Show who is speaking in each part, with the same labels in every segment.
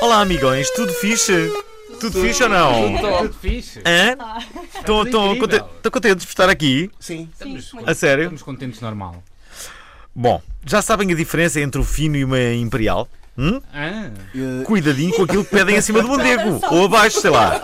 Speaker 1: Olá, amigões, tudo fixe? Tudo, fixe ou não?
Speaker 2: Tudo fixe.
Speaker 1: Hã? Estão estão
Speaker 2: incrível.
Speaker 1: conte- estão contentes por estar aqui?
Speaker 3: Sim.
Speaker 2: Estamos,
Speaker 1: A sério?
Speaker 2: estamos contentes normal.
Speaker 1: Bom, já sabem a diferença entre o fino e uma imperial? Hum?
Speaker 2: Ah,
Speaker 1: Cuidadinho com aquilo que pedem acima do bondego ou abaixo, sei lá.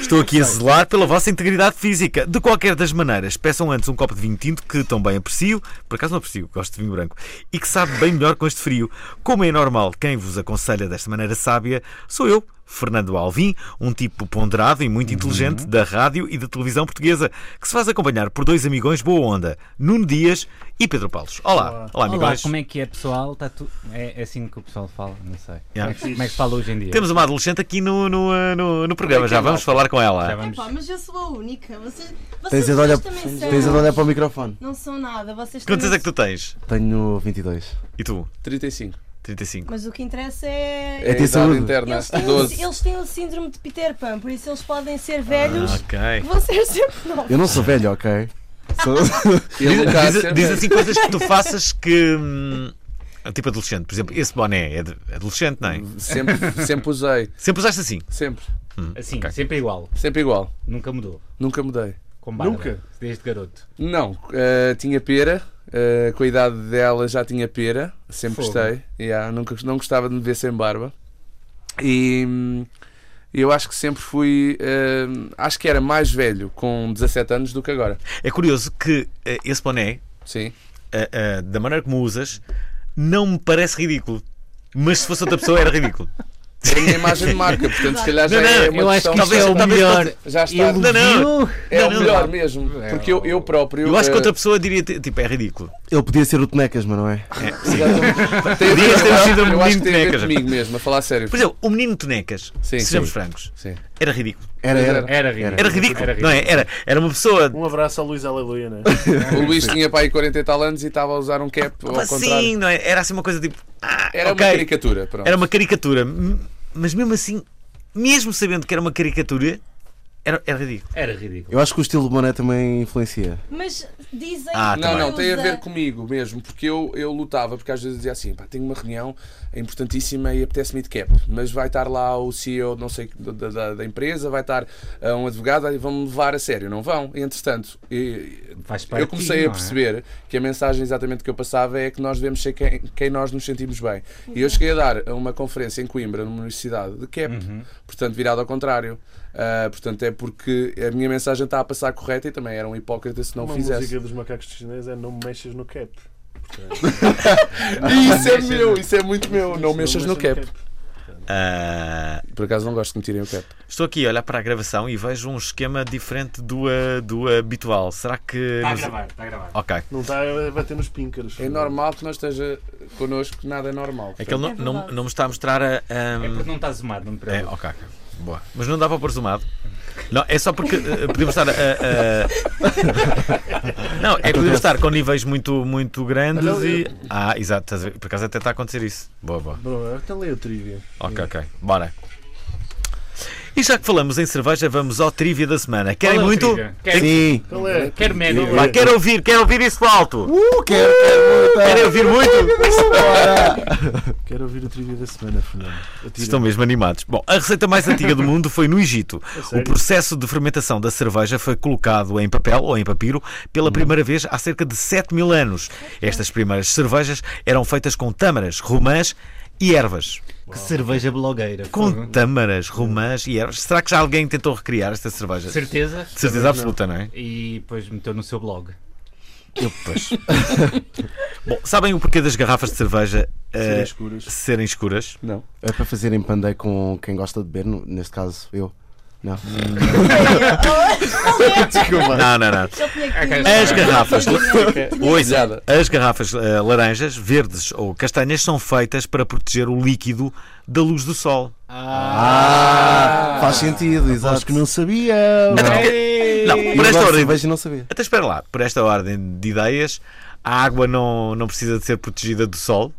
Speaker 1: Estou aqui a zelar pela vossa integridade física. De qualquer das maneiras, peçam antes um copo de vinho tinto que também aprecio, por acaso não aprecio, gosto de vinho branco, e que sabe bem melhor com este frio. Como é normal, quem vos aconselha desta maneira sábia sou eu, Fernando Alvim, um tipo ponderado e muito inteligente da rádio e da televisão portuguesa, que se faz acompanhar por dois amigões boa onda, Nuno Dias e Pedro Paulos. Olá, olá,
Speaker 2: Olá,
Speaker 1: amigões.
Speaker 2: como é que é, pessoal? Tá tu... é, é assim que o pessoal fala, não sei.
Speaker 1: Yeah.
Speaker 2: Como, é que, como é que se fala hoje em dia?
Speaker 1: Temos uma adolescente aqui no, no, eh, no, no programa, já vamos falar com ela.
Speaker 2: Já vamos.
Speaker 4: Epá, mas eu sou a única. Vocês, vocês
Speaker 3: Tens a de olhar,
Speaker 4: também
Speaker 3: tens de
Speaker 4: são.
Speaker 3: olhar para o microfone.
Speaker 4: Não são nada, vocês assim-
Speaker 1: Que Quantas é
Speaker 4: também
Speaker 1: que tu tens?
Speaker 3: Tenho 22.
Speaker 1: E tu?
Speaker 5: 35.
Speaker 1: 35.
Speaker 4: Mas o que interessa é.
Speaker 3: É ter
Speaker 5: idade
Speaker 3: saúde.
Speaker 5: interna,
Speaker 4: Eles têm, o-
Speaker 5: 12.
Speaker 4: eles têm o síndrome de Peter Pan, por isso eles podem ser velhos.
Speaker 1: Ah, Ok.
Speaker 4: Vocês sempre não.
Speaker 3: Eu não sou velho, ok? Sou-
Speaker 5: Ele
Speaker 1: Diz,
Speaker 5: nunca há de
Speaker 1: diz-
Speaker 5: ser
Speaker 1: diz
Speaker 5: velho.
Speaker 1: assim coisas que tu faças que. hum, Tipo adolescente, por exemplo, esse boné é de- adolescente, não é?
Speaker 5: Sempre, sempre usei.
Speaker 1: Sempre usaste assim.
Speaker 5: Sempre.
Speaker 2: Assim,
Speaker 1: Ok.
Speaker 2: sempre igual.
Speaker 5: Sempre igual.
Speaker 2: Nunca mudou.
Speaker 5: Nunca mudei.
Speaker 2: Com barba.
Speaker 3: Nunca?
Speaker 2: Desde garoto.
Speaker 5: Não. eh, tinha pera. eh, com a idade dela já tinha pera. Sempre
Speaker 2: Fogo.
Speaker 5: gostei. Yeah, nunca, não gostava de me ver sem barba. E hum, eu acho que sempre fui. eh, acho que era mais velho com 17 anos do que agora.
Speaker 1: É curioso que eh, esse boné,
Speaker 5: Sim.
Speaker 1: eh, eh, da maneira como o usas, não me parece ridículo. Mas se fosse outra pessoa era ridículo.
Speaker 5: Era a minha imagem de marca, portanto, se calhar já
Speaker 1: Não, não,
Speaker 5: é uma
Speaker 2: eu acho
Speaker 5: questão-
Speaker 2: que isto é o
Speaker 1: talvez-
Speaker 2: melhor.
Speaker 5: Já está.
Speaker 1: Não, não.
Speaker 5: É
Speaker 1: Não,
Speaker 5: o
Speaker 1: não. É
Speaker 5: melhor mesmo. Porque eu, eu próprio.
Speaker 1: Eu acho que
Speaker 5: eh,
Speaker 1: outra pessoa diria tipo, é ridículo.
Speaker 3: Ele podia ser o Tonecas, mas não é?
Speaker 5: Tem a ver-
Speaker 1: Podias ter
Speaker 5: eu
Speaker 1: sido
Speaker 5: acho-
Speaker 1: um
Speaker 5: eu acho
Speaker 1: menino
Speaker 5: que tem a ver
Speaker 1: bonecas.
Speaker 5: comigo mesmo, a falar sério.
Speaker 1: Por exemplo, o menino de Tonecas,
Speaker 5: Sim,
Speaker 1: sejamos
Speaker 5: sim.
Speaker 1: francos,
Speaker 5: Sim.
Speaker 1: era ridículo.
Speaker 3: Era, era.
Speaker 2: Era ridículo.
Speaker 1: Era ridículo, não é? Era, era uma pessoa.
Speaker 6: Um abraço ao Luís Aleluia, né?
Speaker 5: O Luís tinha para aí 40 e tal anos e estava a usar um cap ao contrário.
Speaker 1: Assim, não é? Era assim uma coisa tipo. Ah,
Speaker 5: Era
Speaker 1: ok.
Speaker 5: uma caricatura, pronto.
Speaker 1: Era uma caricatura, m- mas mesmo assim, mesmo sabendo que era uma caricatura, era, era ridículo.
Speaker 2: Era ridículo.
Speaker 3: Eu acho que o estilo do boné também influencia.
Speaker 4: Mas dizem
Speaker 1: Ah,
Speaker 4: que
Speaker 5: Não,
Speaker 1: também.
Speaker 5: não, tem a
Speaker 4: usa-
Speaker 5: ver comigo mesmo, porque eu, eu lutava, porque às vezes dizia assim, pá, tenho uma reunião é importantíssima e apetece-me ir de cap, mas vai estar lá o CEO, não sei, da, da, da empresa, vai estar ah, um advogado, e vão-me levar a sério, não vão? E, entretanto, e-
Speaker 2: Faz parte
Speaker 5: eu comecei
Speaker 2: de ti,
Speaker 5: a
Speaker 2: não é?
Speaker 5: perceber que a mensagem exatamente que eu passava é que nós devemos ser quem, quem nós nos sentimos bem. E eu cheguei a dar uma conferência em Coimbra, numa universidade de cap,
Speaker 2: Uhum.
Speaker 5: portanto, virado ao contrário. Ah, portanto, é porque a minha mensagem está a passar correta e também era um hipócrita se não o
Speaker 6: Uma
Speaker 5: fizesse.
Speaker 6: música dos macacos de chinês é Não me mexas no cap.
Speaker 5: Isso é meu, isso é muito meu. Não mexas no cap.
Speaker 1: Ah,
Speaker 5: Por acaso não gosto que me tirem o cap.
Speaker 1: estou aqui a olhar para a gravação e vejo um esquema diferente do, ah, do habitual. Será que.
Speaker 2: Está Tá a gravar, está a gravar.
Speaker 1: Ok.
Speaker 6: Não está a bater nos píncaros.
Speaker 5: É normal que não esteja connosco, nada é normal.
Speaker 1: É que ele não,
Speaker 4: É verdade.
Speaker 1: não, não me está a mostrar a. ah,
Speaker 2: É porque não está zoomado, não me
Speaker 1: é,
Speaker 2: preocupe.
Speaker 1: ok, ok. Boa. Mas não dá para pôr zoomado. Não, é só porque ah, podemos estar. a- a- a- Não, é que podemos estar com níveis muito, muito grandes e. Ah, exato, estás a ver? por acaso até está a acontecer isso. Boa, boa.
Speaker 6: Bro, é, até leio o trivia.
Speaker 1: Ok, ok. Bora. E já que falamos em cerveja, vamos ao trivia da semana. Querem
Speaker 2: Qual é o
Speaker 1: muito?
Speaker 2: trigger? Quer,
Speaker 3: Sim.
Speaker 6: Qual é?
Speaker 2: quer médio.
Speaker 1: Vai, quero ouvir, quero ouvir isso alto.
Speaker 3: Uh, quero, quero
Speaker 1: Querem ouvir muito?
Speaker 6: Quero ouvir o trivia da semana, Fernando. Atira.
Speaker 1: Estão mesmo animados. Bom, a receita mais antiga do mundo foi no Egito. O
Speaker 6: sério?
Speaker 1: processo de fermentação da cerveja foi colocado em papel ou em papiro pela primeira vez há cerca de 7 mil anos. Estas primeiras cervejas eram feitas com tâmaras, romãs e ervas.
Speaker 2: Que cerveja blogueira.
Speaker 1: Com tâmaras, romãs e ervas. Será que já alguém tentou recriar esta cerveja? De
Speaker 2: Certeza.
Speaker 1: certeza absoluta, não é?
Speaker 2: E depois meteu no seu blog.
Speaker 1: Eu, pois. Bom, sabem o porquê das garrafas de cerveja eh,
Speaker 6: Serem escuras.
Speaker 1: serem escuras?
Speaker 5: Não.
Speaker 3: É para fazerem pandei com quem gosta de beber, no- neste caso eu. Não.
Speaker 1: Não, não, não.
Speaker 4: Só tinha que ir.
Speaker 1: As garrafas. Ouça,
Speaker 2: é.
Speaker 5: Nada.
Speaker 1: as garrafas eh, laranjas, verdes ou castanhas são feitas para proteger o líquido da luz do sol.
Speaker 3: Ah, faz sentido, exato.
Speaker 6: Acho que não sabia.
Speaker 1: Até porque- Não, por esta ordem.
Speaker 3: vejo e não sabia.
Speaker 1: Até espera lá, por esta ordem de ideias, a água não, não precisa de ser protegida do sol.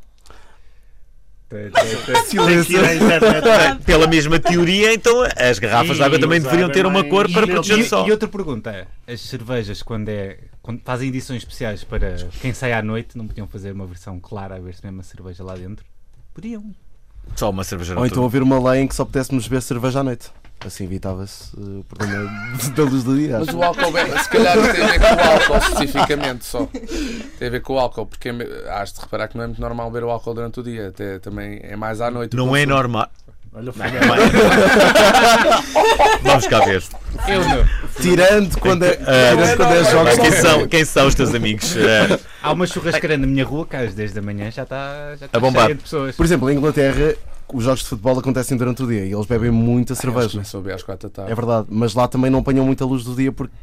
Speaker 6: Silêncio.
Speaker 2: é Então,
Speaker 1: Pela mesma teoria, então as garrafas de água também deveriam ter uma cor para proteger o sol.
Speaker 2: E, e outra pergunta: as cervejas, quando, é, quando fazem edições especiais para quem sai à noite, não podiam fazer uma versão clara a ver se mesmo a cerveja lá dentro? Podiam.
Speaker 1: Só uma cerveja
Speaker 3: Ou
Speaker 1: não
Speaker 3: então
Speaker 1: tudo.
Speaker 3: haver uma lei em que só pudéssemos beber cerveja à noite. Assim evitava-se eh, o problema da luz do dia.
Speaker 5: Mas o álcool, bem, se calhar isso tem a ver com o álcool especificamente só. Tem a ver com o álcool, porque é me- has de reparar que não é muito normal beber o álcool durante o dia, até também é mais à noite.
Speaker 1: Não é
Speaker 5: normal.
Speaker 1: normal.
Speaker 6: Olha,
Speaker 1: Vamos cá ver.
Speaker 2: Eu não.
Speaker 3: Tirando quando é,
Speaker 1: Ah,
Speaker 3: tirando quando é jogos.
Speaker 1: mas quem, são, quem são os teus amigos? Ah,
Speaker 2: Há uma churrasqueira na minha rua que às 10 da manhã já está,
Speaker 1: A
Speaker 2: já está
Speaker 1: bombar.
Speaker 2: cheia de pessoas.
Speaker 3: Por exemplo, em Inglaterra, os jogos de futebol acontecem durante o dia e eles bebem muita cerveja.
Speaker 5: Começou a beber às quatro da tarde.
Speaker 3: É verdade, mas lá também não apanham muita luz do dia porque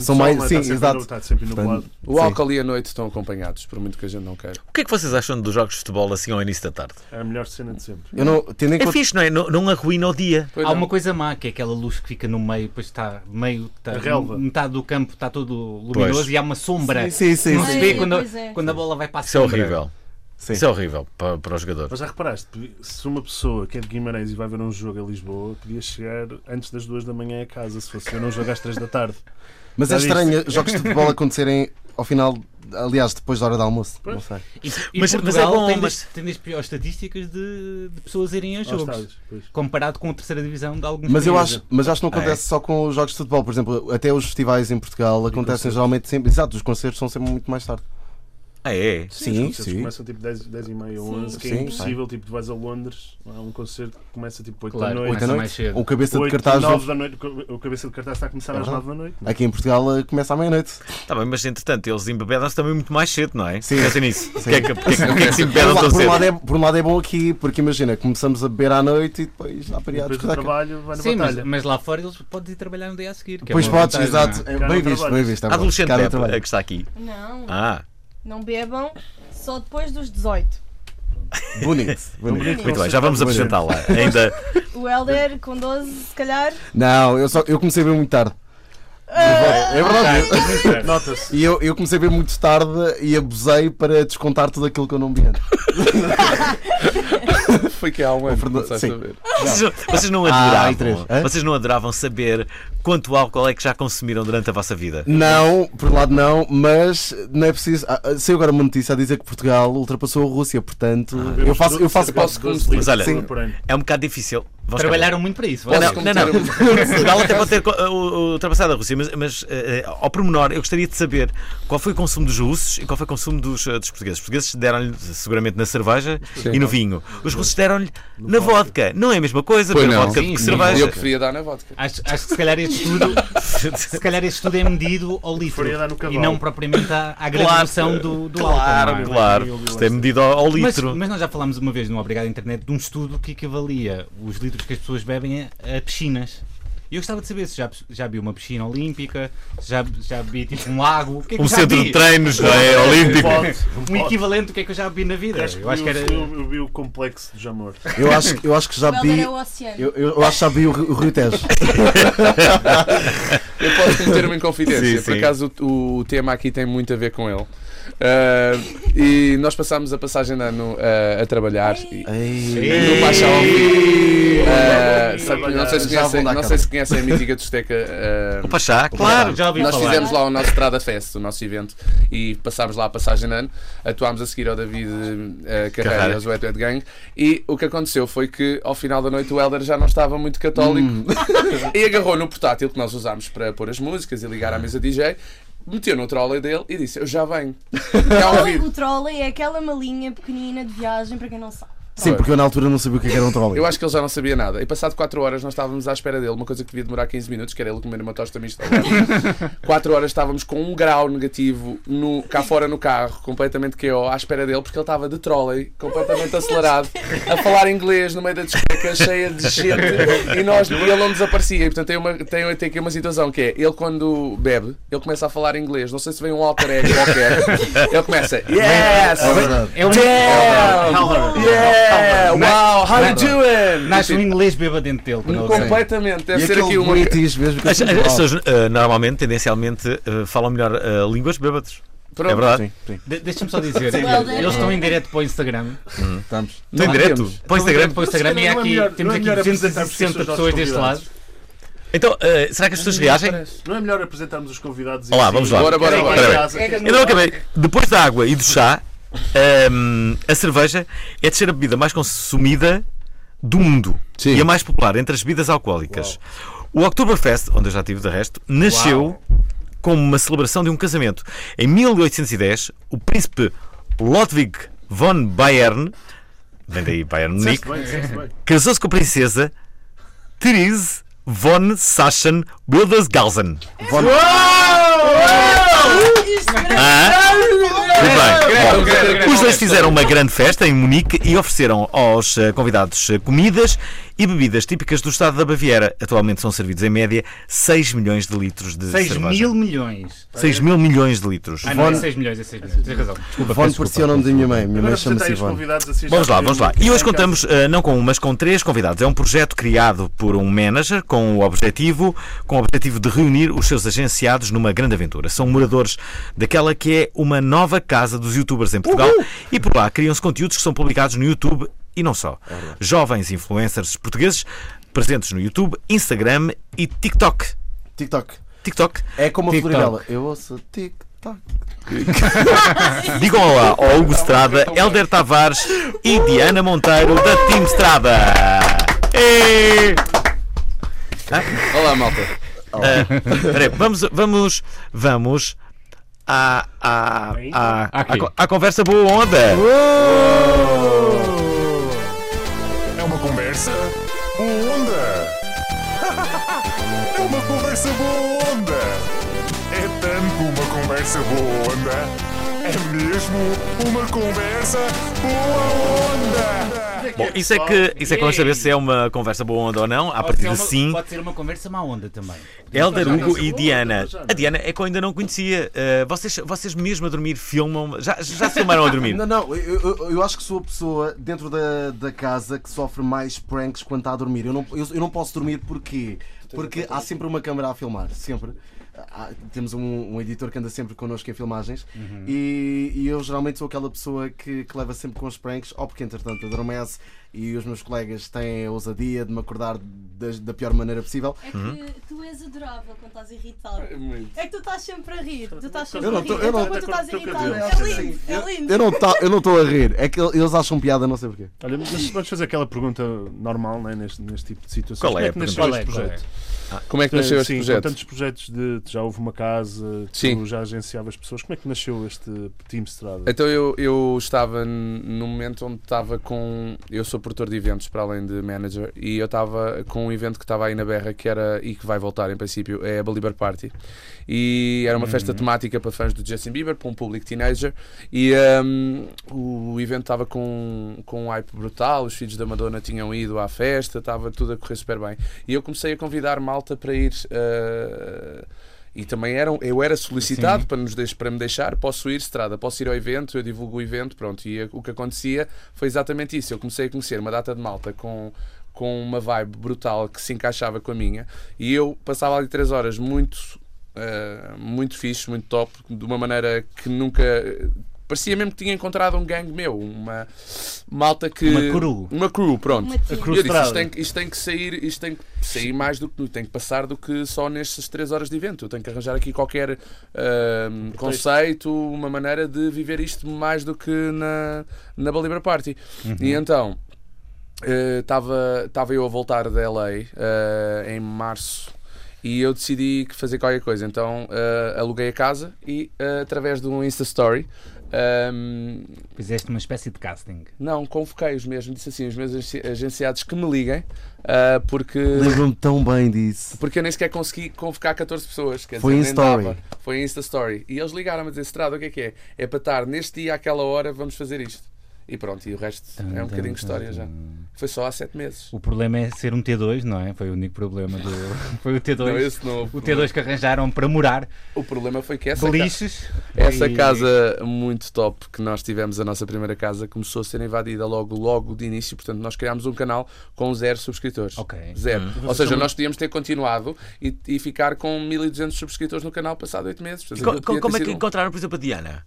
Speaker 3: São mais- sim, exato.
Speaker 6: Está é tá sempre nublado.
Speaker 5: O álcool e a noite estão acompanhados, por muito que a gente não queira.
Speaker 1: o que é que vocês acham dos jogos de futebol assim ao início da tarde?
Speaker 6: É a melhor cena de sempre.
Speaker 3: eu não. Tendo em
Speaker 1: É
Speaker 3: conta.
Speaker 1: fixe, não é? Não, não arruína o dia.
Speaker 5: Pois
Speaker 2: Há
Speaker 5: não.
Speaker 2: uma coisa má, que é aquela luz que fica no meio, depois está meio. Está,
Speaker 6: A relva.
Speaker 2: Metade do campo está todo luminoso
Speaker 1: Pois.
Speaker 2: e há uma sombra.
Speaker 3: Sim, sim,
Speaker 2: não
Speaker 3: sim.
Speaker 2: se
Speaker 4: sim.
Speaker 2: vê
Speaker 4: Sim,
Speaker 2: quando,
Speaker 4: pois é.
Speaker 2: quando a bola vai para a
Speaker 1: Isso é
Speaker 2: sombra.
Speaker 1: horrível.
Speaker 3: Sim.
Speaker 1: Isso é horrível para, para o jogador.
Speaker 6: Mas já reparaste, podia- se uma pessoa que é de Guimarães e vai ver um jogo a Lisboa, podia chegar antes das duas da manhã a casa, se fosse ver um jogo às três da tarde.
Speaker 3: Mas é
Speaker 6: Já disse.
Speaker 3: estranho jogos de futebol acontecerem ao final, aliás, depois da hora do almoço. Não sei.
Speaker 2: E, e
Speaker 1: Mas- mas
Speaker 2: Portugal
Speaker 1: é bom,
Speaker 2: tem,
Speaker 1: mas-
Speaker 2: das, tem das piores estatísticas de, de pessoas irem a
Speaker 6: Aos
Speaker 2: jogos.
Speaker 6: estádios, pois.
Speaker 2: Comparado com a terceira divisão de alguns
Speaker 3: Mas eu
Speaker 2: países.
Speaker 3: acho, mas acho que não acontece só com os jogos de futebol, por exemplo, até os festivais em Portugal acontecem geralmente sempre. Exato, os concertos são sempre muito mais tarde.
Speaker 1: Ah, é?
Speaker 6: os
Speaker 3: Sim,
Speaker 6: concertos
Speaker 3: sim.
Speaker 6: começam tipo 10, 10 e
Speaker 4: Sim.
Speaker 6: meia, 11, que é
Speaker 3: Sim,
Speaker 6: impossível. Tipo, tu vais a Londres, há um concerto que começa tipo 8
Speaker 2: Claro,
Speaker 6: da noite.
Speaker 2: oito Começa
Speaker 3: Oito da
Speaker 2: mais
Speaker 3: noite,
Speaker 2: cedo.
Speaker 3: o cabeça de
Speaker 6: Oito,
Speaker 3: cartaz. do-
Speaker 6: nove da noite, o cabeça de cartaz está a começar às
Speaker 3: Aham.
Speaker 6: 9 da noite.
Speaker 3: Aqui em Portugal eh, começa à meia-noite.
Speaker 1: Está Tá bem, mas entretanto eles embebedam-se também muito mais cedo, não é?
Speaker 3: Sim.
Speaker 1: Pensem nisso. Porquê é que, porque, é que-
Speaker 5: Sim.
Speaker 1: porque é que se
Speaker 3: Por, um
Speaker 1: embebedam
Speaker 3: la-
Speaker 1: tão
Speaker 3: por um
Speaker 1: cedo?
Speaker 3: lado é, por um lado é bom aqui, porque imagina, começamos a beber à noite e depois há para a
Speaker 6: E depois do
Speaker 3: discoteca.
Speaker 6: trabalho vai na
Speaker 2: Sim, mas,
Speaker 6: batalha.
Speaker 2: mas lá fora eles podem ir trabalhar no dia a seguir. que é
Speaker 3: Depois
Speaker 2: uma
Speaker 3: podes,
Speaker 2: vantagem,
Speaker 3: exato.
Speaker 2: não é?
Speaker 3: É,
Speaker 6: Cá
Speaker 3: Bem
Speaker 6: não
Speaker 3: visto,
Speaker 6: trabalhas.
Speaker 3: bem visto. é bom.
Speaker 1: Adolescente
Speaker 3: Cá não
Speaker 1: Pepe,
Speaker 3: trabalho.
Speaker 1: a que está aqui.
Speaker 4: Não,
Speaker 1: Ah,
Speaker 4: não bebam só depois dos 18.
Speaker 3: Bonito, bonito.
Speaker 1: muito bem, já vamos apresentá-la. Ainda
Speaker 4: O Helder com 12, se calhar.
Speaker 3: Não, eu, só, eu comecei a beber muito tarde. É verdade.
Speaker 6: Nota-se.
Speaker 3: E eu, eu comecei a beber muito tarde e abusei para descontar tudo aquilo que eu não bebi antes.
Speaker 5: Foi que há um ano,
Speaker 3: Fernando-
Speaker 5: não sei
Speaker 3: sim.
Speaker 5: saber.
Speaker 1: vocês, não- vocês não
Speaker 3: Ah, e
Speaker 1: adoravam.
Speaker 3: três, hã?
Speaker 1: vocês não adoravam saber quanto álcool é que já consumiram durante a vossa vida.
Speaker 3: Não, por um lado não, mas não é preciso. Ah, ah, Saiu agora uma notícia a dizer que Portugal ultrapassou a Rússia, portanto,
Speaker 6: Ah,
Speaker 3: eu faço. Eu faço
Speaker 5: Eu posso-
Speaker 1: Mas olha-
Speaker 6: por ano.
Speaker 1: É um bocado difícil. Vamos cá ver.
Speaker 2: Trabalharam muito para isso.
Speaker 1: Não,
Speaker 2: vocês.
Speaker 1: não, não. Portugal até pode ter co- uh, uh, ultrapassado a Rússia, mas, mas, uh, uh, ao pormenor, eu gostaria de saber qual foi o consumo dos russos e qual foi o consumo dos, uh, dos portugueses. Os portugueses deram-lhe seguramente na cerveja e no vinho. Os russos deram-lhe na vodka. Não é a mesma coisa,
Speaker 5: Pois
Speaker 1: beber
Speaker 5: não.
Speaker 1: vodka do
Speaker 2: Sim,
Speaker 1: que
Speaker 2: sim.
Speaker 1: cerveja.
Speaker 5: Eu preferia dar na vodka.
Speaker 2: Acho, acho que se calhar este estudo, se calhar este estudo é medido ao litro
Speaker 6: Faria dar no cavalo.
Speaker 2: e não propriamente à, à graduação do, do álcool. não é?
Speaker 1: Claro, claro. Isto é medido ao, ao
Speaker 2: Mas,
Speaker 1: litro.
Speaker 2: mas nós já falámos uma vez no Obrigado Internet de um estudo que equivalia os litros que as pessoas bebem a, a piscinas. E eu gostava de saber se já, já vi uma piscina olímpica, se já, já vi tipo um lago, o que é que
Speaker 1: Um
Speaker 2: eu já
Speaker 1: centro
Speaker 2: vi?
Speaker 1: de treinos, não é? Olímpico.
Speaker 2: Um equivalente, o que é que eu já vi na vida?
Speaker 6: Eu
Speaker 2: Eu acho que era.
Speaker 6: Eu vi o complexo de Jamor.
Speaker 3: Eu acho, eu acho que já
Speaker 4: O Helder
Speaker 3: vi.
Speaker 4: é o oceano.
Speaker 3: Eu, eu- eu acho que já vi o, Rio- o Rio Tejo.
Speaker 5: Eu posso ter uma inconfidência.
Speaker 1: Sim,
Speaker 5: Por
Speaker 1: sim.
Speaker 5: acaso o, o tema aqui tem muito a ver com ele. Ah, e nós passámos a passagem de ano ah, a trabalhar. E,
Speaker 3: Ei,
Speaker 5: no Paixão ao Vivo. Ah, sabe- não sei se
Speaker 3: Já vou
Speaker 5: conhecem,
Speaker 3: dar
Speaker 5: não sei
Speaker 3: cabo.
Speaker 5: se conhecem a mítica discoteca. ah,
Speaker 1: O Pachá, claro.
Speaker 2: Já ouvi
Speaker 5: Nós
Speaker 2: falar.
Speaker 5: fizemos lá o nosso Estrada Fest, o nosso evento, e passámos lá a passagem de ano. Atuámos a seguir ao David eh, Carreira
Speaker 1: Carreira.
Speaker 5: e ao Zoé Ed Gang. E o que aconteceu foi que, ao final da noite, o Helder já não estava muito católico
Speaker 3: Hum.
Speaker 5: e agarrou no portátil que nós usámos para pôr as músicas e ligar à mesa DJ. Meteu no trolley dele e disse: Eu já venho. Já
Speaker 4: O
Speaker 5: ouvi.
Speaker 4: trolley é aquela malinha pequenina de viagem, para quem não sabe.
Speaker 3: Sim, porque eu na altura não sabia o que é que era um trolley.
Speaker 5: Eu acho que ele já não sabia nada. E passado 4 horas nós estávamos à espera dele, uma coisa que devia demorar 15 minutos, que era ele comer uma tosta mista. 4 horas estávamos com um grau negativo no, cá fora no carro, completamente KO, à espera dele, porque ele estava de trolley, completamente acelerado, a falar inglês no meio da discoteca, cheia de gente, e, nós, e ele não desaparecia. E, portanto, tem, uma, tem, tem aqui uma situação que é, ele quando bebe, ele começa a falar inglês, não sei se vem um alter ego qualquer, ele começa, yes,
Speaker 2: É um.
Speaker 5: damn, yeah,
Speaker 2: Não,
Speaker 5: wow, how you doing?
Speaker 2: Nasce um inglês bêbado dentro dele. para ele ver.
Speaker 5: Completamente, deve
Speaker 3: E
Speaker 5: ser aqui
Speaker 3: aquele
Speaker 5: uma.
Speaker 3: British mesmo que eu
Speaker 1: As, as
Speaker 3: sinto mal.
Speaker 1: pessoas eh, normalmente, tendencialmente, eh, falam melhor eh, línguas bêbados.
Speaker 5: Pronto.
Speaker 1: É verdade?
Speaker 3: Sim, sim,
Speaker 2: De- Deixa-me só dizer,
Speaker 4: Well,
Speaker 2: eles estão em direto para o Instagram.
Speaker 3: estamos.
Speaker 1: Estou em
Speaker 5: Não
Speaker 1: direto.
Speaker 5: temos.
Speaker 1: Para o
Speaker 2: Estão em direto
Speaker 1: Instagram.
Speaker 2: Para o Instagram
Speaker 6: Não
Speaker 2: e
Speaker 6: é
Speaker 2: há aqui,
Speaker 6: melhor-
Speaker 2: temos
Speaker 6: não é
Speaker 2: aqui
Speaker 6: melhor apresentar
Speaker 2: 260
Speaker 6: pessoas aos
Speaker 2: pessoas deste lado.
Speaker 6: convidados.
Speaker 1: Então, eh, será que as pessoas reagem?
Speaker 6: Não é melhor apresentarmos os convidados e
Speaker 1: Olá,
Speaker 6: assim-
Speaker 1: vamos lá.
Speaker 5: Bora, bora,
Speaker 6: Quem é que
Speaker 5: bora.
Speaker 6: em casa- quem é que-
Speaker 1: Eu não acabei. Depois da água e do chá, ehm, a cerveja é de ser a bebida mais consumida do mundo
Speaker 3: Sim.
Speaker 1: e a mais popular entre as bebidas alcoólicas. O Oktoberfest, onde eu já estive de resto, nasceu como uma celebração de um casamento. Em 1810, o príncipe Ludwig von Bayern, vem daí Bayern Munique,
Speaker 6: Disseste bem, disseste bem.
Speaker 1: casou-se com a princesa Therese von Sachsen Wildeshausen.
Speaker 4: Isto merece-
Speaker 1: Ah? Muito bem. Bom,
Speaker 5: Grande, grande.
Speaker 1: os dois fizeram uma grande festa em Munique e ofereceram aos eh, convidados eh, comidas e bebidas típicas do estado da Baviera. Atualmente são servidos em média 6 milhões de litros de
Speaker 2: 6
Speaker 1: cerveja.
Speaker 2: mil milhões.
Speaker 1: 6 mil milhões de litros.
Speaker 2: Ah, não, é
Speaker 3: Von-
Speaker 2: 6 milhões, é 6 milhões. Tens razão.
Speaker 3: Von parecia o nome da minha mãe. Minha
Speaker 6: Agora
Speaker 3: mãe
Speaker 6: apresentai
Speaker 3: chama-se
Speaker 6: os
Speaker 3: Ivone.
Speaker 6: convidados assim já
Speaker 1: Vamos lá,
Speaker 6: sabemos.
Speaker 1: vamos lá. E hoje contamos eh, não com um, mas com três convidados. É um projeto criado por um manager com o objetivo, com o objetivo de reunir os seus agenciados numa grande aventura. São moradores daquela que é uma nova casa dos youtubers em Portugal e por lá criam-se conteúdos que são publicados no YouTube e não só. Jovens influencers portugueses presentes no YouTube, Instagram e TikTok.
Speaker 3: TikTok.
Speaker 1: TikTok.
Speaker 3: É como a
Speaker 1: TikTok.
Speaker 3: Floridela. Eu ouço TikTok.
Speaker 1: Digam olá ao Hugo Estrada, Helder Tavares e Diana Monteiro da Team Estrada. Ei!
Speaker 5: Olá, malta.
Speaker 1: Ah. Peraí, vamos, vamos, vamos à, à, à, à,
Speaker 2: Aqui.
Speaker 1: co- à conversa boa onda.
Speaker 7: É uma conversa boa onda. É uma conversa boa onda. É tanto uma conversa boa onda. É mesmo uma conversa boa onda.
Speaker 1: Bom, isso é que isso é que vamos saber se é uma conversa boa onda ou não. A partir de
Speaker 2: uma-
Speaker 1: sim,
Speaker 2: pode ser uma conversa má onda também.
Speaker 1: Helder, Hugo e
Speaker 6: boa,
Speaker 1: Diana.
Speaker 6: já não.
Speaker 1: A Diana é que eu ainda não conhecia. Uh, vocês, vocês mesmo a dormir filmam. Já, já se filmaram a dormir?
Speaker 3: Não, não, eu, eu- eu acho que sou a pessoa dentro da, da casa que sofre mais pranks quando está a dormir. Eu não, eu, eu não posso dormir porquê? Porque há sempre uma câmara a filmar, sempre. Há- temos um, um editor que anda sempre connosco em filmagens e, e eu geralmente sou aquela pessoa que, que leva sempre com os pranks, ou porque entretanto adormece e os meus colegas têm a ousadia de me acordar da, da pior maneira possível.
Speaker 4: É que tu és adorável quando estás irritado. É que tu estás sempre a rir. Tu estás sempre
Speaker 3: Eu não
Speaker 4: a rir.
Speaker 3: tô- eu
Speaker 4: então
Speaker 3: não-
Speaker 4: quando tu estás
Speaker 6: tô- tô- tô-
Speaker 4: irritado.
Speaker 6: tô-
Speaker 4: É
Speaker 6: tô-
Speaker 4: lindo, é lindo.
Speaker 3: Eu não tá- eu não estou a rir, é que eles acham piada, não sei porquê.
Speaker 6: Olha, mas vamos fazer aquela pergunta normal né, neste, neste tipo de situações.
Speaker 1: Qual é a
Speaker 6: Como é que nasceu
Speaker 2: pergunta?
Speaker 6: este
Speaker 2: Qual é,
Speaker 6: projeto?
Speaker 5: Como é que nasceu este
Speaker 6: Eh, Sim, com
Speaker 5: projeto?
Speaker 6: tantos projetos de já houve uma casa, tu
Speaker 5: Sim.
Speaker 6: já agenciavas pessoas. Como é que nasceu este Team Estrada?
Speaker 5: Então eu, eu estava n- num momento onde estava com. Eu sou produtor de eventos para além de manager e eu estava com um evento que estava aí na berra que era e que vai voltar em princípio, é a Belieber Party. E era uma festa temática para fãs do Justin Bieber, para um público teenager. E hum, o evento estava com, com um hype brutal, os filhos da Madonna tinham ido à festa, estava tudo a correr super bem. E eu comecei a convidar malta para ir. ah, e também eram, eu era solicitado para, nos deix- para me deixar, posso ir, estrada, posso ir ao evento, eu divulgo o evento, pronto. E eh, o que acontecia foi exatamente isso. Eu comecei a conhecer uma data de malta com, com uma vibe brutal que se encaixava com a minha e eu passava ali três horas muito, eh, muito fixe, muito top, de uma maneira que nunca. Parecia mesmo que tinha encontrado um gangue meu, uma malta que.
Speaker 2: Uma crew.
Speaker 5: Uma crew, pronto.
Speaker 4: Uma tia.
Speaker 2: crew.
Speaker 5: E Eu disse,
Speaker 2: Frustrado.
Speaker 5: isto tem, que- isto tem que sair, isto tem que sair mais do que tem que passar do que só nestas três horas de evento. Eu tenho que arranjar aqui qualquer ahm, conceito, uma maneira de viver isto mais do que na, na Belieber Party.
Speaker 2: Uhum.
Speaker 5: E então estava estava Eh, eu a voltar da LA eh, em março e eu decidi que fazer qualquer coisa. Então eh, aluguei a casa e eh, através de um Insta Story Ahm,
Speaker 2: Fizeste uma espécie de casting.
Speaker 5: não, convoquei-os mesmo, disse assim, os meus agenci- agenciados que me liguem, ah, porque,
Speaker 3: Lembro-me tão bem disso.
Speaker 5: porque eu nem sequer consegui convocar 14 pessoas. quer
Speaker 3: Foi
Speaker 5: dizer,
Speaker 3: em
Speaker 5: nem
Speaker 3: story.
Speaker 5: dava. Foi em Insta Story. E eles ligaram-me a dizer, Estrada, o que é que é? É para estar neste dia, àquela hora, vamos fazer isto. E pronto, e o resto é um bocadinho de história já. Foi só há sete meses.
Speaker 2: O problema é ser um T2, não é? Foi o único problema do. Foi o T2.
Speaker 5: Não, esse não houve
Speaker 2: é o T2 que arranjaram para morar.
Speaker 5: O problema foi que essa ca-
Speaker 2: Beliches.
Speaker 5: Essa
Speaker 2: E-
Speaker 5: casa muito top que nós tivemos, a nossa primeira casa, começou a ser invadida logo, logo de início. Portanto, nós criámos um canal com zero subscritores.
Speaker 2: Ok.
Speaker 1: Hum.
Speaker 5: Zero. Ou seja, nós podíamos ter continuado e, e ficar com 1200 subscritores no canal passado 8 meses. Portanto,
Speaker 1: Co-
Speaker 5: aquilo
Speaker 1: co-
Speaker 5: podia
Speaker 1: como é
Speaker 5: ter
Speaker 1: que
Speaker 5: sido um.
Speaker 1: encontraram, por exemplo, a Diana?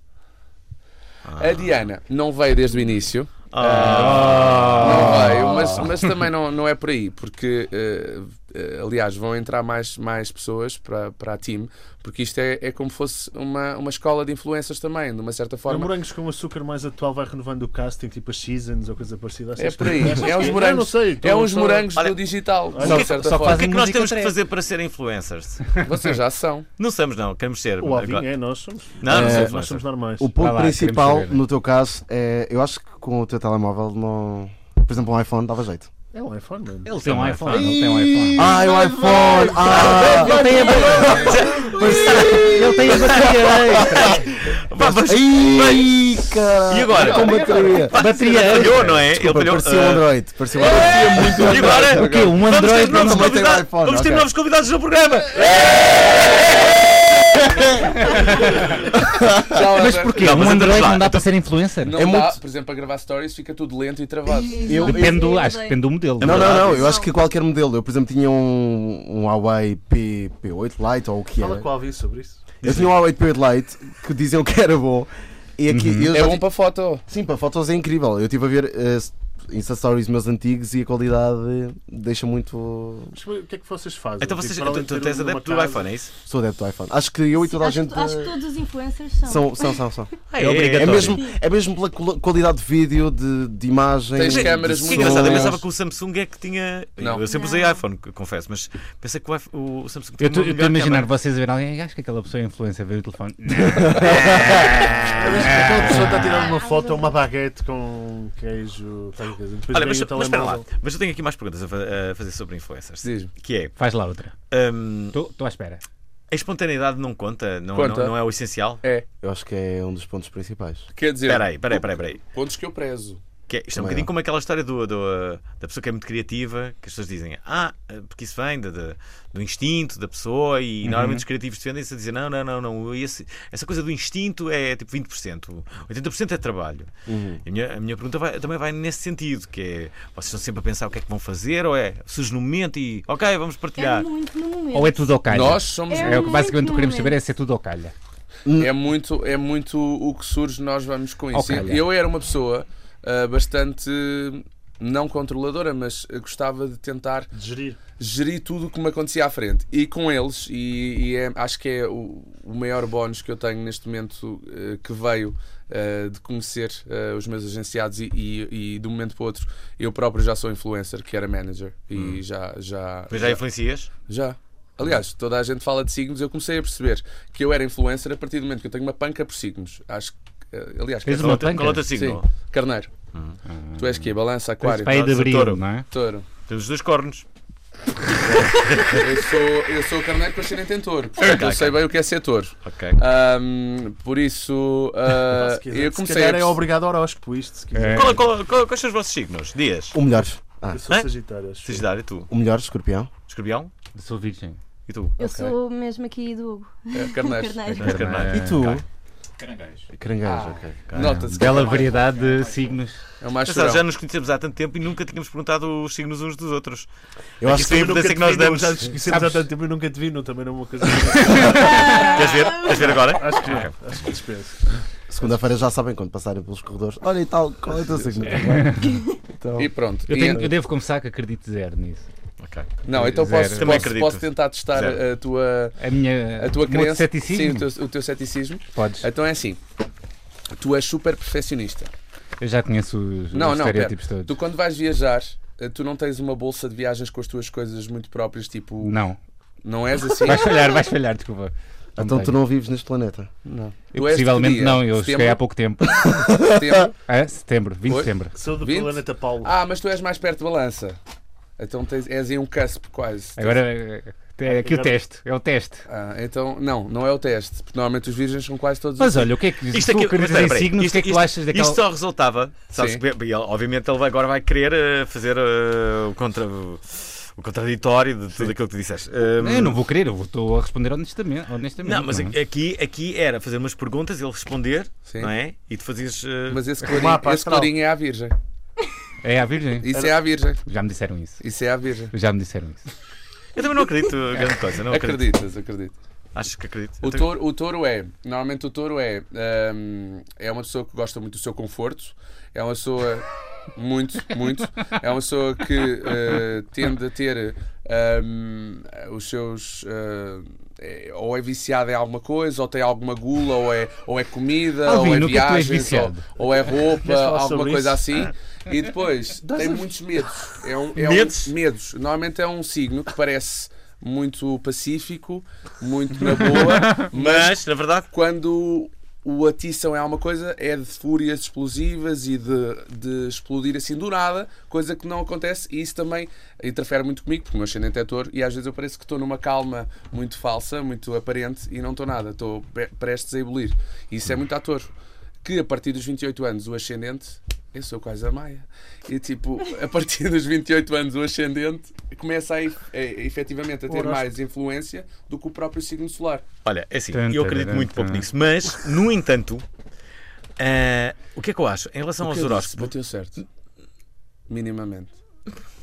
Speaker 5: A Diana não veio desde o início. Ah.
Speaker 1: Ah.
Speaker 5: Não veio, mas, mas também não, não é por aí, porque eh, eh, aliás vão entrar mais, mais pessoas para, para a team, porque isto é, é como fosse uma, uma escola de influências também, de uma certa
Speaker 6: Para
Speaker 5: forma.
Speaker 6: morangos com açúcar mais atual vai renovando o casting, tipo as seasons ou coisa parecida.
Speaker 5: É
Speaker 6: essas
Speaker 5: por aí.
Speaker 6: coisas.
Speaker 5: É uns
Speaker 6: Eu
Speaker 5: morangos,
Speaker 6: não sei,
Speaker 5: é
Speaker 6: estou
Speaker 5: uns
Speaker 6: só- Ah,
Speaker 5: morangos
Speaker 1: Olha,
Speaker 5: do digital.
Speaker 1: O
Speaker 5: Só
Speaker 1: que
Speaker 5: de
Speaker 1: é que,
Speaker 5: certa
Speaker 2: só
Speaker 5: forma.
Speaker 1: o que é que nós
Speaker 2: Música
Speaker 1: temos que
Speaker 2: trap.
Speaker 1: fazer para ser influencers?
Speaker 5: Vocês já são.
Speaker 1: Não somos, não, queremos ser.
Speaker 6: O Alvin
Speaker 1: Agora-
Speaker 6: é, nós somos.
Speaker 1: Não, não
Speaker 6: É,
Speaker 1: somos
Speaker 6: nós somos normais.
Speaker 3: O ponto
Speaker 2: Vai lá,
Speaker 3: principal,
Speaker 2: queremos saber.
Speaker 3: no teu caso, é. Eu acho que com o teu telemóvel não. Por exemplo, um iPhone dava jeito.
Speaker 6: É um iPhone, mano.
Speaker 2: Ele tem um
Speaker 1: Ih,
Speaker 2: iPhone. Ele tem um iPhone.
Speaker 3: Ai, o iPhone! Ah!
Speaker 1: Ele tem a bateria. Ele tem a bateria.
Speaker 3: Ai, né? cara!
Speaker 1: E agora?
Speaker 3: Com bateria!
Speaker 1: Bateria. Ele falhou, não é? Ele
Speaker 3: Desculpa,
Speaker 1: falhou.
Speaker 3: parecia um
Speaker 1: Ah,
Speaker 3: Android. Parecia um Android.
Speaker 1: E agora?
Speaker 5: O quê? Um
Speaker 1: Vamos ter novos
Speaker 3: Android? Também tem
Speaker 1: convidados-
Speaker 3: iPhone,
Speaker 1: Vamos ter
Speaker 3: ok.
Speaker 1: novos convidados no programa.
Speaker 5: Mas
Speaker 1: porquê? Não, mas Um andamos Android lá. não dá
Speaker 2: para ser influencer?
Speaker 5: Não
Speaker 3: É
Speaker 5: dá,
Speaker 3: muito-
Speaker 5: por exemplo, a gravar stories fica tudo lento e travado.
Speaker 3: Eu-
Speaker 2: Depende do, acho que depende do modelo.
Speaker 3: Não, não, não, eu
Speaker 4: Não.
Speaker 3: acho que qualquer modelo. Eu, por exemplo, tinha um, um Huawei P, P8 Lite ou o que
Speaker 6: Fala
Speaker 3: era.
Speaker 6: com o Alvin sobre isso.
Speaker 3: Eu tinha um Huawei P8 Lite que diziam que era bom. E aqui, eu
Speaker 5: É
Speaker 3: já
Speaker 5: bom
Speaker 3: ti-
Speaker 5: para foto.
Speaker 3: Sim, para fotos é incrível. Eu estive a ver eh, Insta Stories meus antigos e a qualidade deixa muito.
Speaker 6: Mas o que é que vocês fazem?
Speaker 1: Então
Speaker 6: Tipo,
Speaker 1: vocês.
Speaker 6: para além
Speaker 1: Tu
Speaker 6: de
Speaker 1: tu
Speaker 6: ter
Speaker 1: tens
Speaker 6: uma
Speaker 1: adepto do
Speaker 6: casa-
Speaker 1: iPhone, é isso?
Speaker 3: Sou adepto do iPhone. Acho que eu e toda a
Speaker 4: acho,
Speaker 3: gente.
Speaker 4: acho que
Speaker 3: eh,
Speaker 4: todos os influencers são.
Speaker 3: são, são, são, são.
Speaker 1: Ah,
Speaker 3: É
Speaker 1: obrigatório.
Speaker 3: mesmo, é mesmo pela qual- qualidade de vídeo, de, de imagem.
Speaker 5: Tens
Speaker 3: de
Speaker 5: câmaras
Speaker 1: Que
Speaker 5: muito
Speaker 1: engraçado, eu
Speaker 5: bons.
Speaker 1: pensava que o Samsung é que tinha.
Speaker 5: Não.
Speaker 1: Eu sempre usei
Speaker 4: Não.
Speaker 1: iPhone, c- confesso, mas pensei que o iPhone- o Samsung tinha.
Speaker 2: Eu estou
Speaker 1: uma
Speaker 2: a
Speaker 1: melhor
Speaker 2: imaginar
Speaker 1: câmara.
Speaker 2: vocês a ver alguém. Acho que aquela pessoa é influencer, ver o telefone.
Speaker 6: Eu acho que aquela pessoa está a tirar uma foto, uma baguete com queijo, tal coisa. Depois
Speaker 1: Olha,
Speaker 6: vem
Speaker 1: mas,
Speaker 6: o
Speaker 1: mas espera lá,
Speaker 6: telemóvel.
Speaker 1: mas eu tenho aqui mais perguntas a, fa- a fazer sobre influencers.
Speaker 5: Diz-me.
Speaker 1: Que
Speaker 2: Faz lá outra.
Speaker 1: é, hum,
Speaker 2: Estou à espera.
Speaker 1: a espontaneidade não conta? Não,
Speaker 5: Conta.
Speaker 1: não- não é o essencial?
Speaker 5: É.
Speaker 3: Eu acho que é um dos pontos principais.
Speaker 5: Quer dizer,
Speaker 1: Espera aí, espera aí, espera aí, espera aí.
Speaker 5: pontos que eu prezo.
Speaker 1: Que é- isto é um
Speaker 3: Também
Speaker 1: bocadinho
Speaker 3: é.
Speaker 1: como aquela história do, do, uh, da pessoa que é muito criativa, que as pessoas dizem, ah, uh, porque isso vem de- de- do instinto da pessoa e normalmente os criativos defendem-se a dizer, não, não, não, não, esse- essa coisa do instinto é tipo 20%, 80% é trabalho. E A, minha, a minha pergunta vai- também vai nesse sentido, que é, vocês estão sempre a pensar o que é que vão fazer ou é, surge no momento e, ok, vamos
Speaker 4: É
Speaker 1: partilhar.
Speaker 4: muito no momento.
Speaker 2: Ou é tudo ao calha?
Speaker 5: Nós somos.
Speaker 4: É
Speaker 2: É o que
Speaker 4: muito
Speaker 2: basicamente o que queremos
Speaker 4: no
Speaker 2: saber é
Speaker 4: momento.
Speaker 2: se é tudo ao calha.
Speaker 5: É muito, é muito o que surge, nós vamos com isso.
Speaker 2: Ok, olha.
Speaker 5: Eu era uma pessoa ah, bastante. Não controladora, mas gostava de tentar
Speaker 6: De gerir.
Speaker 5: geri tudo o que me acontecia à frente. E com eles, e, e é- acho que é o, o maior bónus que eu tenho neste momento eh, que veio eh, de conhecer eh, os meus agenciados e, e, e de um momento para o outro eu próprio já sou influencer, que era manager e
Speaker 2: Hum.
Speaker 5: já, já,
Speaker 2: é.
Speaker 1: Depois já influencias?
Speaker 5: já. Aliás, toda a gente fala de signos. Eu comecei a perceber que eu era influencer a partir do momento que eu tenho uma panca por signos. Acho que. eh, Aliás, quer-
Speaker 2: Tens
Speaker 1: Qual
Speaker 2: uma
Speaker 1: outro-
Speaker 2: panca? Hum,
Speaker 1: Qual outro
Speaker 5: Sim,
Speaker 1: signo?
Speaker 5: carneiro. Tu és que? é? Balança, aquário.
Speaker 2: Pai de
Speaker 1: Nós,
Speaker 2: abril,
Speaker 1: touro.
Speaker 2: não é?
Speaker 5: Touro.
Speaker 1: Temos os dois cornos.
Speaker 5: Eu sou, eu sou carneiro com ascendente em touro. Portanto, eu sei bem o que é ser touro.
Speaker 1: Ok.
Speaker 5: Ahm, por isso, ah,
Speaker 6: Se quiser-
Speaker 5: eu
Speaker 6: se
Speaker 5: comecei
Speaker 6: calhar é
Speaker 5: a...
Speaker 6: obrigado a horóscopo isto, se quiser.
Speaker 2: É.
Speaker 1: Qual- qual- qual- quais são os vossos signos? Dias?
Speaker 3: O melhor. Ah,
Speaker 6: Eu sou
Speaker 1: Hã?
Speaker 6: Sagitário, acho.
Speaker 1: Sagitário, tu?
Speaker 3: o melhor, escorpião.
Speaker 1: Escorpião?
Speaker 2: Sou virgem.
Speaker 1: E tu?
Speaker 4: Eu
Speaker 5: Ok.
Speaker 4: sou mesmo aqui do Hugo.
Speaker 5: É, carneiro.
Speaker 4: Carneiro.
Speaker 1: És carneiro.
Speaker 3: E tu?
Speaker 2: Caranguejo.
Speaker 3: Caranguejo,
Speaker 1: Ah.
Speaker 3: ok.
Speaker 5: Nota-se que
Speaker 2: Bela variedade de signos.
Speaker 5: é o mais
Speaker 1: Pensar, já
Speaker 5: chorão.
Speaker 1: nos conhecemos há tanto tempo e nunca tínhamos perguntado os signos uns dos outros.
Speaker 3: Eu
Speaker 1: Aqui
Speaker 3: acho
Speaker 1: foi a importância que nós damos.
Speaker 6: Já
Speaker 1: Queres
Speaker 6: nos conhecemos há tanto tempo e nunca te vi, não, também não é uma coisa que
Speaker 1: ver? Queres ver agora?
Speaker 6: acho que não. Acho que dispenso.
Speaker 3: Segunda-feira já sabem quando passarem pelos corredores. Olha e tal, qual é o teu signo? Então,
Speaker 5: E pronto.
Speaker 2: Eu,
Speaker 5: E-
Speaker 2: tenho- eu devo confessar que acredito zero nisso.
Speaker 1: Ok.
Speaker 5: Não, então
Speaker 2: Zero.
Speaker 5: posso,
Speaker 1: Também
Speaker 5: posso,
Speaker 1: acredito.
Speaker 5: posso tentar testar
Speaker 1: Zero.
Speaker 5: a tua,
Speaker 2: A minha.
Speaker 5: a tua
Speaker 2: o meu
Speaker 5: crença. Sim,
Speaker 2: ceticismo?
Speaker 5: o teu, o teu ceticismo.
Speaker 2: Podes.
Speaker 5: Então é assim. Tu és super perfeccionista.
Speaker 2: Eu já conheço os,
Speaker 5: Não,
Speaker 2: os
Speaker 5: não, pera.
Speaker 2: estereótipos todos.
Speaker 5: Tu quando vais viajar, eh, tu não tens uma bolsa de viagens com as tuas coisas muito próprias, tipo,
Speaker 2: Não.
Speaker 5: não és assim?
Speaker 2: Vais falhar, vais falhar, desculpa.
Speaker 3: Então tu
Speaker 2: tenho.
Speaker 3: não vives neste planeta? Não.
Speaker 2: Eu,
Speaker 5: Tu és de que
Speaker 2: possivelmente
Speaker 5: dia?
Speaker 2: não, eu
Speaker 5: Setembro?
Speaker 2: cheguei há pouco tempo.
Speaker 5: Setembro?
Speaker 2: É? Setembro, 20 de
Speaker 5: Oi?
Speaker 2: setembro.
Speaker 6: Sou do
Speaker 5: 20?
Speaker 6: planeta Paulo.
Speaker 5: Ah, mas tu és mais perto de balança. Então tens, és aí um cusp quase.
Speaker 2: Agora é- é aqui o
Speaker 6: Agora-
Speaker 2: teste, é o teste.
Speaker 5: Ah, então, não, não é o teste. Porque normalmente os virgens são quase todos.
Speaker 2: Mas olha, o que é que
Speaker 1: Isto
Speaker 2: tu
Speaker 1: aqui,
Speaker 2: acreditas
Speaker 1: espera,
Speaker 2: em
Speaker 1: espera,
Speaker 2: signos, o que é que tu
Speaker 1: isto-
Speaker 2: achas daquela...
Speaker 1: Isto só resultava. sabes
Speaker 5: Sim.
Speaker 1: que- e ele- obviamente ele vai- agora vai querer eh, fazer eh, o, contra- o- o contraditório de tudo aquilo que tu disseste. Hum,
Speaker 2: Eu não vou querer, eu vou- estou a responder honestamente. honestamente
Speaker 1: não, mas
Speaker 2: é?
Speaker 1: aqui, aqui era fazer umas perguntas, ele responder,
Speaker 5: Sim.
Speaker 1: não é? E tu fazias. eh,
Speaker 5: Mas esse
Speaker 6: Mapa
Speaker 5: clarinho, esse
Speaker 6: astral.
Speaker 5: clarinho é à virgem.
Speaker 2: É a virgem.
Speaker 5: Isso é à virgem.
Speaker 2: Já me disseram isso.
Speaker 5: Isso é à virgem.
Speaker 2: Já me disseram isso.
Speaker 1: Eu também não acredito em grande coisa, não acredito.
Speaker 5: Acreditas, acredito.
Speaker 1: Acho que acredito.
Speaker 5: O
Speaker 1: Eu tenho-
Speaker 5: touro, o touro é, normalmente o touro é, hum, é uma pessoa que gosta muito do seu conforto, é uma pessoa muito, muito, é uma pessoa que eh, tende a ter hum, os seus eh, é- ou é viciada em alguma coisa, ou tem alguma gula, ou é, ou é comida,
Speaker 2: Alvin,
Speaker 5: ou é
Speaker 2: no que é que tu és
Speaker 5: viagens, ou,
Speaker 2: viciado?
Speaker 5: ou é roupa,
Speaker 6: falar
Speaker 5: alguma
Speaker 6: sobre
Speaker 5: coisa
Speaker 6: isso?
Speaker 5: assim. E depois tem muitos medos. É um, é um-
Speaker 1: Medos?
Speaker 5: medos. Normalmente é um signo que parece muito pacífico, muito na boa, mas
Speaker 1: Mas, na verdade,
Speaker 5: quando o atiçam é alguma coisa, é de fúrias explosivas e de, de explodir assim do nada, coisa que não acontece, e isso também interfere muito comigo, porque o meu ascendente é touro, e às vezes eu pareço que estou numa calma muito falsa, muito aparente, e não estou nada, estou pre- prestes a ebulir. E isso é muito a touro. Que a partir dos 28 anos, o ascendente. Eu sou quase a Maia. E tipo, a partir dos 28 anos, o ascendente começa a, ef- a, efetivamente a ter mais influência do que o próprio signo solar.
Speaker 1: olha, é assim,
Speaker 2: Tum,
Speaker 1: eu acredito
Speaker 2: tararam,
Speaker 1: muito pouco
Speaker 2: tum.
Speaker 1: nisso, mas, no entanto, ah, o que é que eu acho? Em relação aos
Speaker 5: que eu disse?
Speaker 1: horóscopos,
Speaker 5: Bateu certo. Minimamente.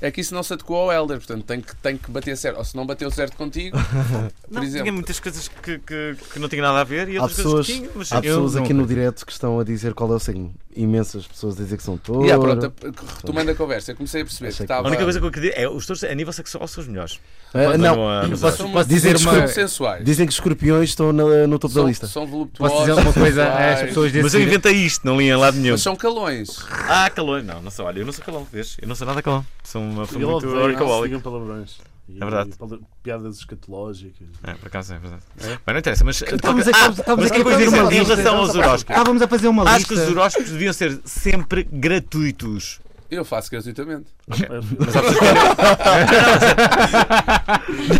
Speaker 5: É que isso não se adequou ao Elder, portanto tem que, tem que bater certo. Ou se não bateu certo contigo, por
Speaker 1: não, tinha
Speaker 5: exemplo.
Speaker 1: muitas coisas que, que, que não tinha nada a ver e
Speaker 3: Há
Speaker 1: outras coisas
Speaker 3: pessoas,
Speaker 1: que tinham, mas
Speaker 3: há
Speaker 1: eu-
Speaker 3: pessoas
Speaker 2: não
Speaker 3: aqui no direto que estão a dizer qual é o signo. Imensas pessoas a dizer que são touro.
Speaker 5: E ah, pronto, a- retomando a conversa, eu comecei a perceber que
Speaker 3: Achei que-
Speaker 5: estava.
Speaker 1: A única coisa que eu queria é os touros a nível sexual são os melhores.
Speaker 3: Ah,
Speaker 1: Não, ah,
Speaker 3: não,
Speaker 1: mas
Speaker 3: posso,
Speaker 5: são
Speaker 3: posso dizer
Speaker 5: muito
Speaker 3: uma...
Speaker 5: sensuais.
Speaker 3: Dizem que os escorpiões estão na- no topo da
Speaker 5: é. são,
Speaker 3: lista.
Speaker 5: são voluptuosos.
Speaker 2: Posso dizer uma coisa
Speaker 5: sensuais,
Speaker 2: às pessoas desse
Speaker 1: Mas eu inventei isto, não li em lado nenhum.
Speaker 5: Mas são calões.
Speaker 1: Ah, calão. Não, não sou. Olha, eu não sou calão, vês? Eu não sou nada calão. Sou uma
Speaker 6: Ele
Speaker 1: pessoa muito
Speaker 6: odeia que se
Speaker 1: orcaholic.
Speaker 6: digam palavrões. E-
Speaker 1: É verdade.
Speaker 6: e pala- piadas escatológicas.
Speaker 1: É, por acaso é verdade. Mas não interessa, mas.
Speaker 2: Estamos a- estamos- estamos
Speaker 1: mas o
Speaker 2: a-
Speaker 1: que é que eu ia dizer
Speaker 2: estamos a-
Speaker 1: em relação aos horóscopos?
Speaker 2: Estávamos Ah, a fazer uma
Speaker 1: Acho que
Speaker 2: lista.
Speaker 1: os horóscopos deviam ser sempre gratuitos.
Speaker 5: Eu faço gratuitamente.
Speaker 1: É.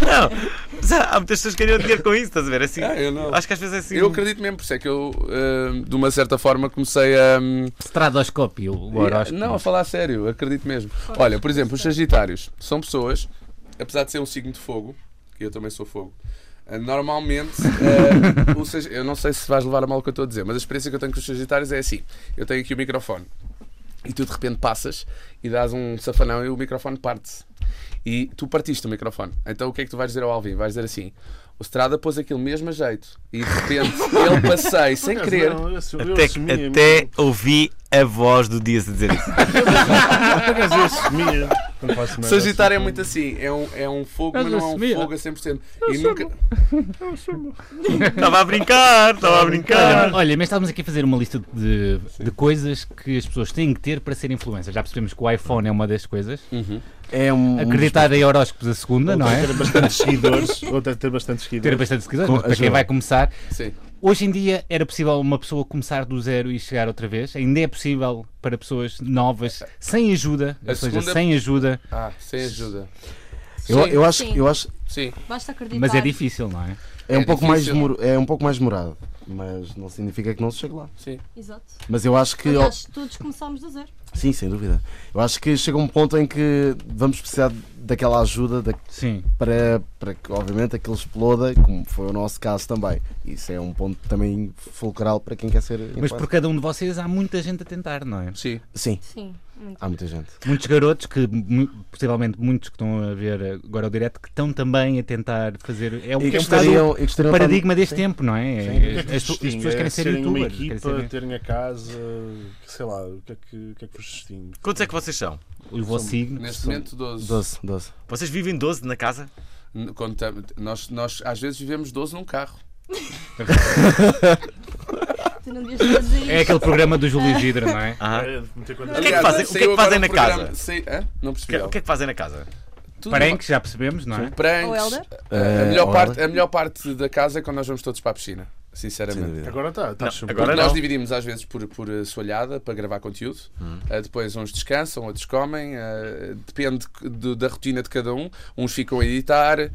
Speaker 1: Não, mas há há muitas pessoas que ganham dinheiro com isso, estás a ver? É Assim,
Speaker 5: Ah, eu não.
Speaker 1: Acho que às vezes é assim.
Speaker 5: Eu acredito mesmo, por isso é que eu, ah, de uma certa forma, comecei a. hum,
Speaker 2: Estradoscópio, o
Speaker 5: Yeah,
Speaker 2: horóscopo.
Speaker 5: Não, a falar a sério, acredito mesmo. Olha, por exemplo, os Sagitários são pessoas, apesar de ser um signo de fogo, que eu também sou fogo, eh, normalmente. eh, o Sag- eu não sei se vais levar a mal o que eu estou a dizer, mas a experiência que eu tenho com os Sagitários é assim: eu tenho aqui o microfone e tu de repente passas e dás um safanão e o microfone parte-se. E tu partiste o microfone. Então o que é que tu vais dizer ao Alvin? Vais dizer assim: o Strada pôs aquilo mesmo a jeito e de repente eu passei sem querer.
Speaker 6: Não, eu assu- eu
Speaker 1: Até,
Speaker 6: assumi a
Speaker 1: até ouvi a voz do Dias a dizer isso.
Speaker 6: Mas eu assumia. Não faço nada,
Speaker 5: Sagitário é
Speaker 6: assumo.
Speaker 5: muito assim, é um, é um fogo,
Speaker 2: Mas
Speaker 5: mas não é um
Speaker 2: assumia.
Speaker 5: fogo a 100%. E nunca...
Speaker 1: Estava a brincar, estava a brincar.
Speaker 2: Olha, mas estávamos aqui a fazer uma lista de, de coisas que as pessoas têm que ter para ser influencers. Já percebemos que o iPhone é uma das coisas.
Speaker 3: É um,
Speaker 2: Acreditar em horóscopos a segunda, não é?
Speaker 6: Ter bastante seguidores. Ou ter ter bastante
Speaker 2: Ter
Speaker 6: seguidores.
Speaker 2: bastante seguidores, mas para quem
Speaker 3: ajuda.
Speaker 2: vai começar.
Speaker 5: Sim.
Speaker 2: Hoje em dia era possível uma pessoa começar do zero e chegar outra vez? Ainda é possível para pessoas novas, sem ajuda,
Speaker 5: A
Speaker 2: ou seja,
Speaker 5: segunda-
Speaker 2: sem ajuda,
Speaker 5: Ah, sem ajuda.
Speaker 3: Eu, eu acho,
Speaker 4: Sim.
Speaker 3: eu acho,
Speaker 5: Sim.
Speaker 4: Basta acreditar.
Speaker 2: mas é difícil, não é?
Speaker 3: é um
Speaker 5: É
Speaker 3: pouco mais
Speaker 5: difícil.
Speaker 3: demor- é um pouco mais demorado, mas não significa que não se chegue lá.
Speaker 4: Exato.
Speaker 3: Mas eu acho que
Speaker 4: Aliás, todos começámos do zero.
Speaker 3: sim, sem dúvida. Eu acho que chega um ponto em que vamos precisar daquela ajuda da-
Speaker 2: Sim.
Speaker 3: para, para que obviamente aquilo exploda, como foi o nosso caso também. Isso é um ponto também fulcral para quem quer ser.
Speaker 2: Mas
Speaker 3: influencer.
Speaker 2: por cada um de vocês há muita gente a tentar, não é?
Speaker 5: Sim.
Speaker 3: Sim,
Speaker 4: Sim. Muito.
Speaker 3: há muita gente.
Speaker 2: Muitos garotos, que mu- possivelmente muitos que estão a ver agora o direto, que estão também a tentar fazer. É o
Speaker 3: E
Speaker 2: que é um
Speaker 3: gostariam-
Speaker 2: bocado
Speaker 3: e gostariam
Speaker 2: o
Speaker 3: de-
Speaker 2: paradigma deste
Speaker 3: Sim.
Speaker 2: tempo, não é? As,
Speaker 6: Sim.
Speaker 2: as pessoas- as pessoas querem ser
Speaker 6: Terem uma
Speaker 2: youtubers. querem
Speaker 6: equipa,
Speaker 2: ser-
Speaker 6: terem a casa, que sei lá, o que é que, o que, é que vos distingue?
Speaker 1: Quantos é que vocês são?
Speaker 2: O vosso signo.
Speaker 5: Neste momento, 12.
Speaker 3: 12, 12.
Speaker 1: Vocês vivem 12 na casa?
Speaker 5: N- conta- Nós, nós às vezes vivemos 12 num carro.
Speaker 4: Tu não devias fazer isto.
Speaker 2: É aquele programa do Júlio Vidra, não é?
Speaker 1: Ah.
Speaker 6: É, de meter quantas-
Speaker 1: que é que fazem- o que é que
Speaker 5: saiu
Speaker 1: fazem
Speaker 5: agora um
Speaker 1: na
Speaker 5: programa-
Speaker 1: casa?
Speaker 5: Sei... Hã? Não
Speaker 1: O
Speaker 5: percebi.
Speaker 1: que é que é fazem na casa?
Speaker 5: tudo
Speaker 2: Parem que já percebemos, não é?
Speaker 4: Ou
Speaker 5: Pranks.
Speaker 4: Helder?
Speaker 5: A melhor,
Speaker 8: Eh,
Speaker 5: parte, a melhor parte da casa é quando nós vamos todos para a piscina,
Speaker 8: Sem
Speaker 5: sinceramente.
Speaker 8: dúvida.
Speaker 6: Agora tá, está, está
Speaker 5: Porque nós dividimos às vezes por, por eh, soalhada para gravar conteúdo. Eh, depois uns descansam, outros comem. eh, depende c- do- da rotina de cada um. Uns ficam a editar. eh,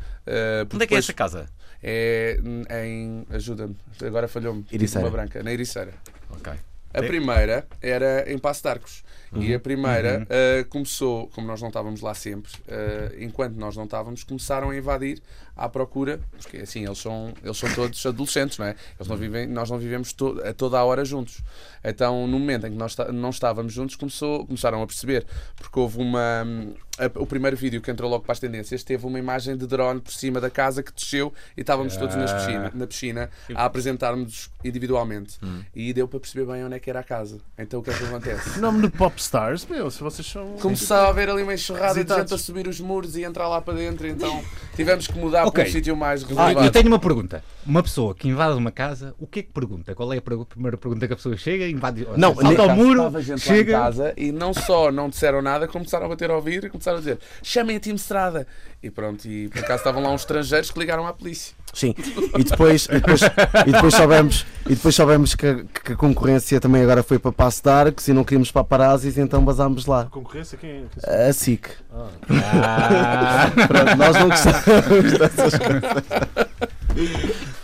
Speaker 5: porque
Speaker 1: Onde é que é
Speaker 5: depois
Speaker 1: esta casa?
Speaker 5: é em. Ajuda-me, agora falhou-me.
Speaker 8: Ericeira.
Speaker 5: Uma branca, na Ericeira.
Speaker 1: Ok.
Speaker 5: A
Speaker 1: Tem-
Speaker 5: primeira era em Passo de Arcos. E a primeira eh, começou, como nós não estávamos lá sempre, eh, enquanto nós não estávamos, começaram a invadir à procura, porque assim, eles são, eles são todos adolescentes, não é? Eles não vivem, nós não vivemos to- a toda a hora juntos. Então, no momento em que nós ta- não estávamos juntos, começou, começaram a perceber, porque houve uma. hum, a- o primeiro vídeo que entrou logo para as tendências teve uma imagem de drone por cima da casa que desceu e estávamos todos
Speaker 2: Ah.
Speaker 5: nas piscina- na piscina a apresentarmos individualmente.
Speaker 2: Hum.
Speaker 5: E deu para perceber bem onde é que era a casa. Então o que é que acontece?
Speaker 6: Nome de Popstars, meu, se vocês são.
Speaker 5: Começava a haver ali uma enxurrada de
Speaker 6: Visitados.
Speaker 5: gente a subir os muros e entrar lá para dentro, então tivemos que mudar
Speaker 2: Ok.
Speaker 5: para um sítio mais
Speaker 2: Ah, eu
Speaker 5: reservado.
Speaker 2: tenho uma pergunta. Uma pessoa que invade uma casa, o que é que pergunta? Qual é a pergu- primeira pergunta que a pessoa chega? Invade, ou
Speaker 8: Não,
Speaker 2: seja, salta
Speaker 8: nem-
Speaker 2: ao muro,
Speaker 5: Estava gente lá em
Speaker 2: chega.
Speaker 5: casa e não só não disseram nada, como começaram a bater ao vidro e começaram a dizer chamem a Tim Estrada. E pronto, e por acaso estavam lá uns estrangeiros que ligaram à polícia.
Speaker 8: Sim, e depois, e depois, e depois soubemos, e depois soubemos que, a- que a concorrência também agora foi para Passo de Arcos e não queríamos paparazzi, então basámos lá.
Speaker 6: Concorrência, quem é?
Speaker 5: Eh,
Speaker 8: A SIC.
Speaker 2: Ah,
Speaker 8: Pronto, nós não gostamos dessas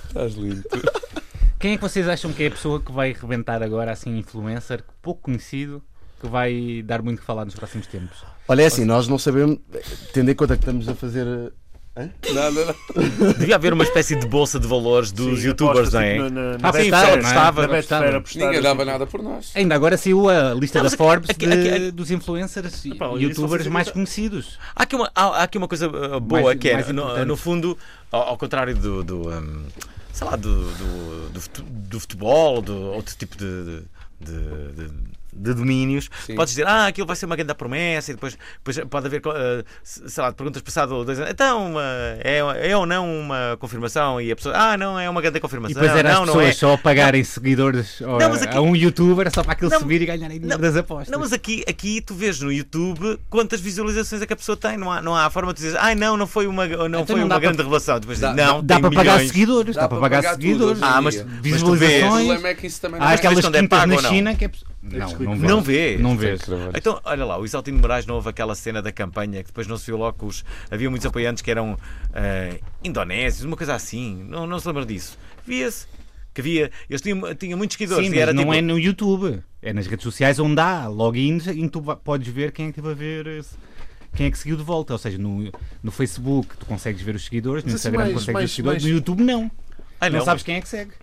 Speaker 5: Estás lindo.
Speaker 2: quem é que vocês acham que é a pessoa que vai rebentar agora, assim, influencer, pouco conhecido, que vai dar muito que falar nos próximos tempos?
Speaker 8: Olha, é assim, nós não sabemos, tendo em conta que estamos a fazer. eh,
Speaker 5: Nada, nada.
Speaker 1: Devia haver uma espécie de bolsa de valores dos youtubers, não é?
Speaker 2: Ah, sim,
Speaker 1: Betfair,
Speaker 2: ela
Speaker 1: não é?
Speaker 2: apostava,
Speaker 6: tipo Na
Speaker 2: apostava.
Speaker 6: Betfair tipo apostar.
Speaker 5: Ninguém dava nada por nós.
Speaker 2: Ainda agora saiu a lista
Speaker 1: Não,
Speaker 2: da
Speaker 1: mas
Speaker 2: Forbes
Speaker 1: aqui-
Speaker 2: de-
Speaker 1: aqui- aqui-
Speaker 2: dos influencers e
Speaker 6: Epá, olha, isso
Speaker 2: youtubers
Speaker 6: vocês
Speaker 2: mais
Speaker 6: ainda-
Speaker 2: conhecidos.
Speaker 1: Há aqui uma, há, há aqui uma coisa uh, boa
Speaker 2: Mais-
Speaker 1: que é,
Speaker 2: mais
Speaker 1: no,
Speaker 2: importante.
Speaker 1: no fundo, ao, ao contrário do, do, um, sei lá, do, do, do fute- do futebol, do outro tipo de. de- de- de domínios,
Speaker 5: Sim.
Speaker 1: podes dizer ah, aquilo vai ser uma grande promessa e depois, depois pode haver, uh, se- sei lá, perguntas passado dois anos, então uh, é, é ou não uma confirmação e a pessoa, ah, não, é uma grande confirmação,
Speaker 2: E depois era
Speaker 1: não,
Speaker 2: as
Speaker 1: não
Speaker 2: pessoas
Speaker 1: é.
Speaker 2: só pagarem seguidores ou
Speaker 1: Não, mas aqui-
Speaker 2: a um youtuber só para aquele
Speaker 1: Não,
Speaker 2: subir e ganharem dinheiro
Speaker 1: não,
Speaker 2: das apostas.
Speaker 1: Não, mas aqui, aqui tu vês no YouTube quantas visualizações é que a pessoa tem. Não há, não há a forma de dizer, ai não, não foi uma, não
Speaker 2: Então
Speaker 1: foi
Speaker 2: não
Speaker 1: uma
Speaker 2: dá
Speaker 1: grande
Speaker 2: para-
Speaker 1: revelação. Depois
Speaker 5: Dá-
Speaker 1: diz, não,
Speaker 2: Dá
Speaker 1: tem
Speaker 2: para pagar
Speaker 1: milhões.
Speaker 2: seguidores,
Speaker 5: Dá
Speaker 2: dá, para
Speaker 5: para
Speaker 2: pagar,
Speaker 5: pagar tudo hoje
Speaker 2: seguidores,
Speaker 5: em
Speaker 1: Ah, mas,
Speaker 5: dia.
Speaker 1: mas tu
Speaker 5: O
Speaker 1: vês.
Speaker 2: Visualizações.
Speaker 5: problema é que isso também não
Speaker 2: Há
Speaker 5: é.
Speaker 1: Mas
Speaker 2: aquelas
Speaker 1: questão de é
Speaker 2: quintas
Speaker 1: pago
Speaker 2: na
Speaker 1: ou não?
Speaker 2: China que é pessoa- Não, não vês.
Speaker 1: Não vês.
Speaker 2: Não vês.
Speaker 1: Então, olha lá, o Isaltino de Moraes não houve aquela cena da campanha que depois não se viu logo que os- havia muitos apoiantes que eram eh, indonésios, uma coisa assim. Não, não se lembra disso. Via-se que havia. Eles tinham, tinham muitos seguidores.
Speaker 2: Sim,
Speaker 1: e era
Speaker 2: mas não
Speaker 1: tipo,
Speaker 2: é no YouTube. É nas redes sociais onde há logins em que tu va- podes ver quem é que teve a ver esse- Quem é que seguiu de volta? Ou seja, no, no Facebook tu consegues ver os seguidores, no
Speaker 6: Mas assim,
Speaker 2: Instagram
Speaker 6: mais-
Speaker 2: consegues ver
Speaker 6: mais-
Speaker 2: os seguidores,
Speaker 6: mais-
Speaker 2: no YouTube não.
Speaker 1: Ai,
Speaker 2: não,
Speaker 1: não,
Speaker 2: sabes quem é que segue.
Speaker 1: mas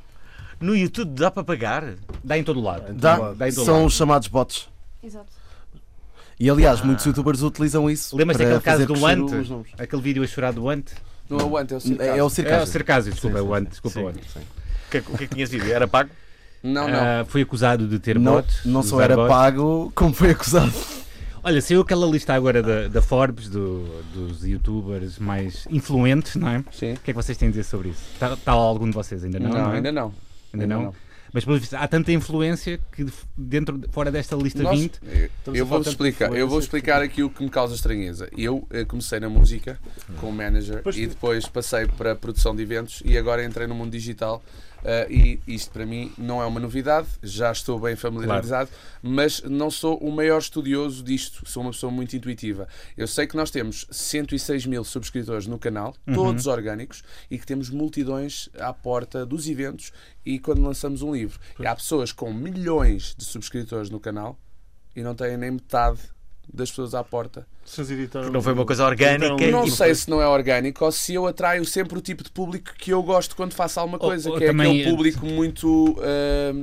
Speaker 1: No YouTube dá para pagar.
Speaker 2: Dá em todo lado.
Speaker 8: Dá,
Speaker 2: Dá em todo
Speaker 8: são
Speaker 2: lado.
Speaker 8: os chamados bots.
Speaker 4: Exato.
Speaker 8: E aliás, muitos youtubers utilizam isso.
Speaker 2: Lembras-te
Speaker 8: para
Speaker 2: daquele caso
Speaker 8: fazer
Speaker 2: do
Speaker 8: crescer
Speaker 2: Ante?
Speaker 8: os números.
Speaker 2: Aquele vídeo a chorar do Ante?
Speaker 5: Não aguanta, é o circo.
Speaker 8: É o
Speaker 2: É o
Speaker 8: circásio.
Speaker 2: Cercásio, desculpa, o Ante. Desculpa, o Ante.
Speaker 1: O que, é que- o que é que tinhas visto? Era pago?
Speaker 5: Não, não.
Speaker 2: Ah, foi acusado de ter
Speaker 8: Não,
Speaker 2: bots.
Speaker 8: não
Speaker 2: de
Speaker 8: só
Speaker 2: usar
Speaker 8: era
Speaker 2: bots.
Speaker 8: pago, como foi acusado.
Speaker 2: Olha, saiu aquela lista agora da, da Forbes, do- dos youtubers mais influentes, não é?
Speaker 5: Sim.
Speaker 2: O que é que vocês têm a dizer sobre isso? Está algum de vocês? Ainda não?
Speaker 5: Não,
Speaker 2: não é?
Speaker 5: ainda não.
Speaker 2: Ainda não? Mas pelo visto, há tanta influência que de- dentro, de- fora desta lista
Speaker 5: Nós-
Speaker 2: 20.
Speaker 5: eu-
Speaker 6: a
Speaker 5: eu vou
Speaker 6: falar tanto de
Speaker 5: explicar, eu vou explicar aqui o que me causa estranheza. Eu eh, comecei na música como manager
Speaker 6: Pois
Speaker 5: e
Speaker 6: tu-
Speaker 5: depois passei para a produção de eventos e agora entrei no mundo digital. eh, e isto para mim não é uma novidade, já estou bem familiarizado, mas não sou o maior estudioso disto, sou uma pessoa muito intuitiva. Eu sei que nós temos 106 mil subscritores no canal,
Speaker 6: Uhum.
Speaker 5: todos orgânicos, e que temos multidões à porta dos eventos e quando lançamos um livro. E há pessoas com milhões de subscritores no canal e não têm nem metade das pessoas à porta.
Speaker 6: Vocês editaram-
Speaker 1: Não foi uma coisa orgânica.
Speaker 6: Então,
Speaker 1: e-
Speaker 5: Não
Speaker 6: e-
Speaker 5: sei se não é orgânico ou se eu atraio sempre o tipo de público que eu gosto quando faço alguma
Speaker 2: Ou-
Speaker 5: coisa,
Speaker 2: ou
Speaker 5: que é
Speaker 2: também-
Speaker 5: aquele público muito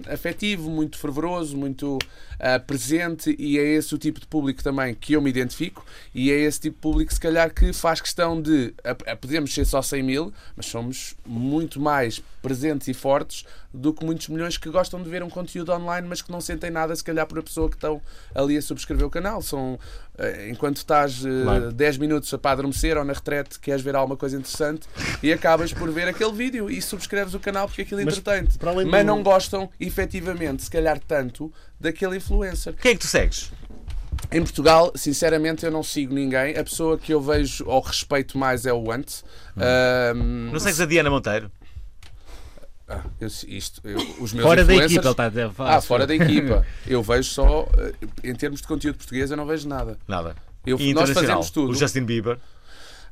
Speaker 5: ah, afetivo, muito fervoroso, muito ah, presente e é esse o tipo de público também que eu me identifico e é esse tipo de público se calhar que faz questão de, a- a- podemos ser só 100 mil, mas somos muito mais presentes e fortes do que muitos milhões que gostam de ver um conteúdo online, mas que não sentem nada, se calhar, por a pessoa que estão ali a subscrever o canal. São, eh, enquanto estás eh, 10 minutos a para adormecer ou na retrete, queres ver alguma coisa interessante e acabas por ver aquele vídeo e subscreves o canal porque aquilo é
Speaker 6: Mas,
Speaker 5: entretanto.
Speaker 6: para além
Speaker 5: Mas
Speaker 6: do-
Speaker 5: não gostam, efetivamente, se calhar tanto, daquele influencer.
Speaker 1: Quem é que tu segues?
Speaker 5: Em Portugal, sinceramente, eu não sigo ninguém. A pessoa que eu vejo ou respeito mais é o Ant. Ahm,
Speaker 6: Hum.
Speaker 1: Não segues a Diana Monteiro?
Speaker 5: ah, eu- isto, eu- os meus
Speaker 2: Fora da
Speaker 5: influencers-
Speaker 2: equipa, ele tá está a dizer.
Speaker 5: Ah, fora da equipa. Eu vejo só. eh, Em termos de conteúdo português, eu não vejo nada.
Speaker 1: Nada.
Speaker 5: Eu-
Speaker 1: e
Speaker 5: nós
Speaker 1: internacional,
Speaker 5: fazemos tudo.
Speaker 1: O Justin Bieber.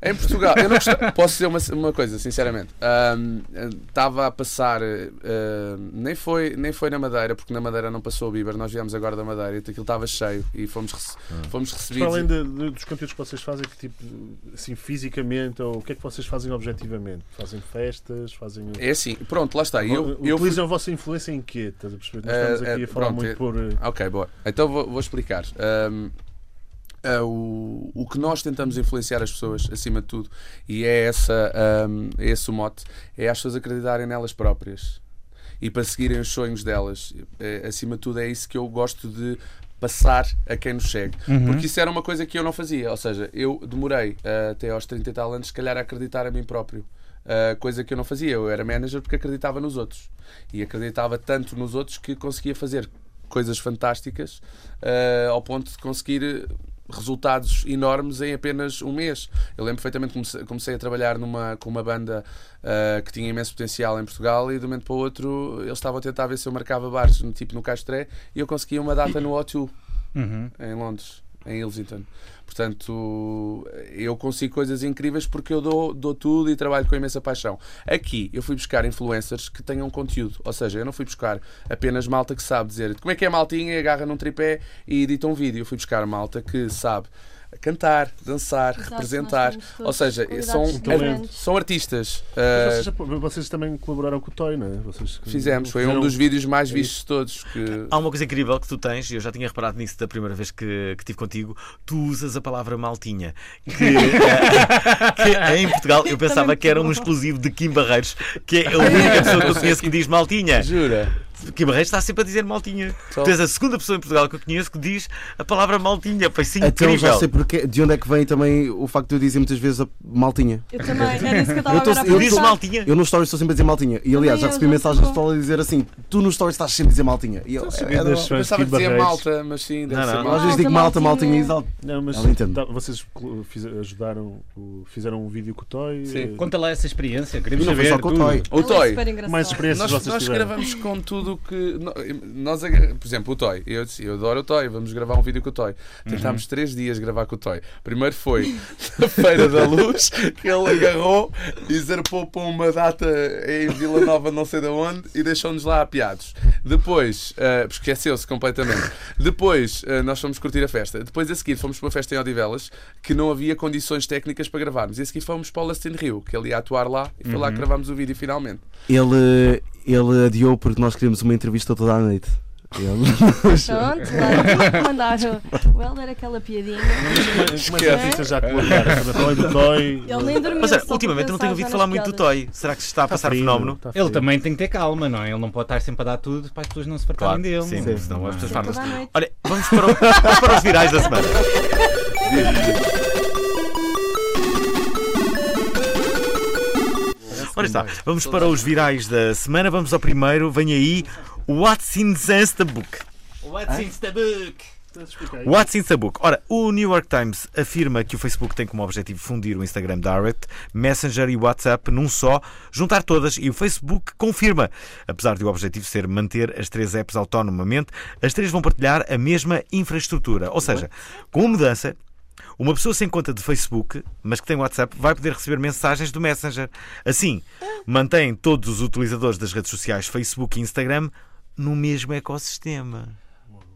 Speaker 5: Em Portugal, eu não gostava- posso dizer uma, uma coisa, sinceramente. Ahm, Estava a passar, ahm, nem, foi, nem foi na Madeira, porque na Madeira não passou o Bieber, nós viemos agora da Madeira e aquilo estava cheio e fomos, rece- fomos
Speaker 6: Para além
Speaker 5: recebidos.
Speaker 6: de- de- dos conteúdos que vocês fazem, que tipo, assim, fisicamente, ou o que é que vocês fazem objetivamente? Fazem festas, fazem.
Speaker 5: É assim, pronto, lá está. Eu, eu fui-
Speaker 6: Utilizam a vossa influência em quê? Estás a perceber? Nós
Speaker 5: Eh,
Speaker 6: estamos aqui
Speaker 5: eh,
Speaker 6: a falar
Speaker 5: pronto,
Speaker 6: muito
Speaker 5: eh,
Speaker 6: por. eh,
Speaker 5: Ok, boa. Então vou, vou explicar. Ahm, ah, o, o que nós tentamos influenciar as pessoas, acima de tudo, e é, essa, ahm, é esse o mote, é as pessoas acreditarem nelas próprias e para seguirem os sonhos delas. Eh, acima de tudo, é isso que eu gosto de passar a quem nos segue. Porque isso era uma coisa que eu não fazia. Ou seja, eu demorei ah, até aos 30 e tal anos, se calhar, a acreditar a mim próprio. Ah, coisa que eu não fazia. Eu era manager porque acreditava nos outros. E acreditava tanto nos outros que conseguia fazer coisas fantásticas ah, ao ponto de conseguir eh, resultados enormes em apenas um mês. Eu lembro perfeitamente que comecei, comecei a trabalhar numa, com uma banda ah, que tinha imenso potencial em Portugal e de um momento para o outro eles estavam a tentar ver se eu marcava bares no tipo no Castré e eu conseguia uma data no O2 em Londres, em Islington. Portanto, eu consigo coisas incríveis porque eu dou, dou tudo e trabalho com imensa paixão. Aqui eu fui buscar influencers que tenham conteúdo, ou seja, eu não fui buscar apenas malta que sabe dizer como é que é maltinha, agarra num tripé e edita um vídeo. Eu fui buscar malta que sabe cantar, dançar,
Speaker 4: Exato, nós
Speaker 5: representar,
Speaker 4: temos todos
Speaker 5: ou seja,
Speaker 4: qualidades
Speaker 5: são,
Speaker 4: diferentes.
Speaker 5: ar- são artistas.
Speaker 6: mas
Speaker 5: Ah,
Speaker 6: vocês, vocês também colaboraram com o Toy, não é? Vocês que-
Speaker 5: fizemos, foi um
Speaker 6: fizeram-
Speaker 5: dos vídeos mais vistos de todos. Que...
Speaker 1: Há uma coisa incrível que tu tens, e eu já tinha reparado nisso da primeira vez que, que estive contigo, tu usas a palavra maltinha, que, eh, que é em Portugal eu pensava
Speaker 4: Também
Speaker 1: que era um
Speaker 4: Portugal.
Speaker 1: exclusivo de Kim Barreiros, que é a única pessoa que eu conheço que diz
Speaker 6: Ah,
Speaker 1: maltinha.
Speaker 5: Jura?
Speaker 1: Kim Barreiros está sempre a dizer maltinha.
Speaker 5: Só-
Speaker 1: Tu és a segunda pessoa em Portugal que eu conheço que diz a palavra maltinha, foi isso
Speaker 8: Até eu já
Speaker 1: incrível.
Speaker 8: sei porque, de onde é que vem também o facto de eu dizer muitas vezes a maltinha.
Speaker 4: Eu também, era isso que eu estava
Speaker 8: Eu tô-
Speaker 4: agora
Speaker 8: eu
Speaker 4: a
Speaker 1: Tu
Speaker 8: tô-
Speaker 1: dizes
Speaker 4: pensar.
Speaker 1: maltinha?
Speaker 8: Eu nos stories estou sempre a dizer maltinha. E aliás, já
Speaker 4: eu,
Speaker 8: recebi
Speaker 4: já
Speaker 8: mensagens de
Speaker 4: sou.
Speaker 8: pessoal a dizer assim: tu nos stories estás sempre a dizer maltinha. E eu,
Speaker 6: sabia
Speaker 8: é,
Speaker 6: das-
Speaker 8: não.
Speaker 6: São os
Speaker 5: Pensava
Speaker 6: Kid
Speaker 5: dizer
Speaker 6: Barreiros.
Speaker 5: malta, mas sim, deve
Speaker 1: Não, não.
Speaker 5: ser
Speaker 8: Eu às
Speaker 5: malta.
Speaker 8: vezes digo malta,
Speaker 4: Malta,
Speaker 8: maltinha e
Speaker 4: maltinha.
Speaker 8: tal.
Speaker 6: Não, mas
Speaker 8: Ela entende.
Speaker 6: tá- vocês cl- fiz- ajudaram, o- fizeram um vídeo com o Toy.
Speaker 5: Sim.
Speaker 6: eh,
Speaker 2: Conta lá essa experiência, queremos
Speaker 8: E não foi
Speaker 2: saber.
Speaker 8: só com o
Speaker 2: tudo.
Speaker 8: Toy.
Speaker 5: O
Speaker 4: Ela é
Speaker 5: Toy.
Speaker 4: super engraçada.
Speaker 6: Mais
Speaker 5: Nós,
Speaker 6: experiências vocês
Speaker 5: nós
Speaker 6: tiveram.
Speaker 5: gravamos com tudo o que. no- Nós, aga- por exemplo, o Toy. Eu disse, eu adoro o Toy, vamos gravar um vídeo com o Toy.
Speaker 6: Uhum.
Speaker 5: Tentámos três dias gravar com o Toy. Primeiro foi na Feira da Luz, que ele agarrou e zarpou para uma data em Vila Nova, não sei de onde, e deixou-nos lá apiados. Depois, ah, esqueceu-se completamente. Depois, ah, nós fomos curtir a festa. Depois, a seguir, fomos para uma festa em Odivelas que não havia condições técnicas para gravarmos. E a seguir, fomos para o Lastin Rio, que ele ia atuar lá, e foi
Speaker 6: Uhum.
Speaker 5: lá que gravámos o vídeo finalmente.
Speaker 8: Ele, ele adiou porque nós queríamos uma entrevista toda a noite. Ele-
Speaker 4: Pronto, lá, tu mandaram. O Helder, aquela piadinha.
Speaker 6: Mas mas artistas já colaboraram. Para além do É. Toy.
Speaker 4: Ele nem dormiu.
Speaker 1: Mas olha,
Speaker 4: só para
Speaker 1: ultimamente eu não tenho
Speaker 4: pensar já
Speaker 1: ouvido
Speaker 4: nas
Speaker 1: falar muito do
Speaker 4: piadas.
Speaker 1: Toy. Será que se está
Speaker 5: Tá
Speaker 1: a
Speaker 6: tá
Speaker 1: passar fenómeno?
Speaker 2: Ele também tem que ter calma, não é? Ele não pode estar sempre a dar tudo para as pessoas não se
Speaker 1: Claro,
Speaker 2: fartarem dele.
Speaker 1: sim,
Speaker 2: não é?
Speaker 1: senão as pessoas
Speaker 4: Toda a
Speaker 1: fartam-se.
Speaker 4: noite.
Speaker 1: Olha, vamos para, o- vamos para os virais da semana. Ora está, vamos para os virais da semana. Vamos ao primeiro. Vem aí What's in the Book.
Speaker 2: é? What's in the book?
Speaker 1: What's in the book? Ora, o New York Times afirma que o Facebook tem como objetivo fundir o Instagram Direct, Messenger e WhatsApp num só, juntar todas e o Facebook confirma. Apesar de o objetivo ser manter as três apps autonomamente, as três vão partilhar a mesma infraestrutura. Ou seja, com a mudança, uma pessoa sem conta de Facebook, mas que tem WhatsApp, vai poder receber mensagens do Messenger. Assim, mantém todos os utilizadores das redes sociais Facebook e Instagram no mesmo ecossistema.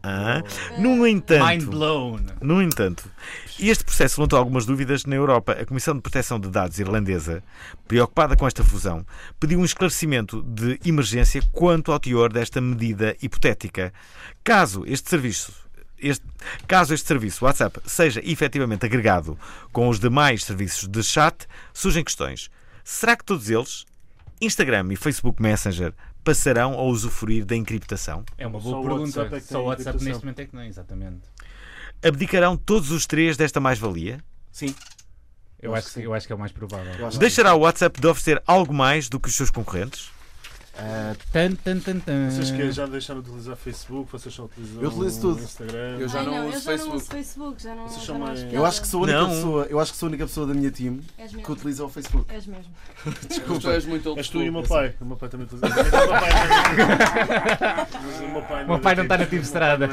Speaker 1: Hã? No
Speaker 2: Mind
Speaker 1: entanto,
Speaker 2: blown.
Speaker 1: no entanto, este processo levantou algumas dúvidas na Europa. A Comissão de Proteção de Dados irlandesa, preocupada com esta fusão, pediu um esclarecimento de emergência quanto ao teor desta medida hipotética. Caso este serviço. este- caso este serviço WhatsApp seja efetivamente agregado com os demais serviços de chat, surgem questões. Será que todos eles, Instagram e Facebook Messenger, passarão a usufruir da encriptação?
Speaker 2: É uma
Speaker 6: Só
Speaker 2: boa
Speaker 6: o
Speaker 2: pergunta.
Speaker 6: WhatsApp é que
Speaker 2: Só
Speaker 6: tem
Speaker 2: o WhatsApp
Speaker 6: encriptação.
Speaker 2: neste momento é que não, exatamente.
Speaker 1: Abdicarão todos os três desta mais-valia?
Speaker 3: Sim.
Speaker 2: Eu acho, que, eu acho que é o mais provável.
Speaker 3: Eu acho que-
Speaker 1: Deixará o WhatsApp de oferecer algo mais do que os seus concorrentes?
Speaker 2: Ah, tan, tan, tan, tan.
Speaker 6: Vocês que já deixaram de utilizar Facebook, vocês só utilizam
Speaker 3: Eu utilizo tudo.
Speaker 6: Instagram.
Speaker 5: Eu já
Speaker 4: Ai,
Speaker 5: não
Speaker 4: eu
Speaker 5: uso
Speaker 4: já não
Speaker 5: Facebook.
Speaker 4: uso Facebook, já não,
Speaker 6: Vocês
Speaker 4: já
Speaker 6: são
Speaker 4: não
Speaker 6: mais-
Speaker 4: acho piada.
Speaker 3: Eu acho que sou a única
Speaker 1: Não.
Speaker 3: pessoa, eu acho que sou a única pessoa da minha team
Speaker 4: És
Speaker 3: que
Speaker 4: mesmo.
Speaker 3: utiliza o Facebook.
Speaker 4: És mesmo.
Speaker 5: Mas tu és muito old
Speaker 6: És tu
Speaker 5: school.
Speaker 6: e o meu pai. O meu pai também utiliza. Mas o meu pai não- é Mas o meu pai
Speaker 2: O meu pai não está na Team Estrada.
Speaker 6: é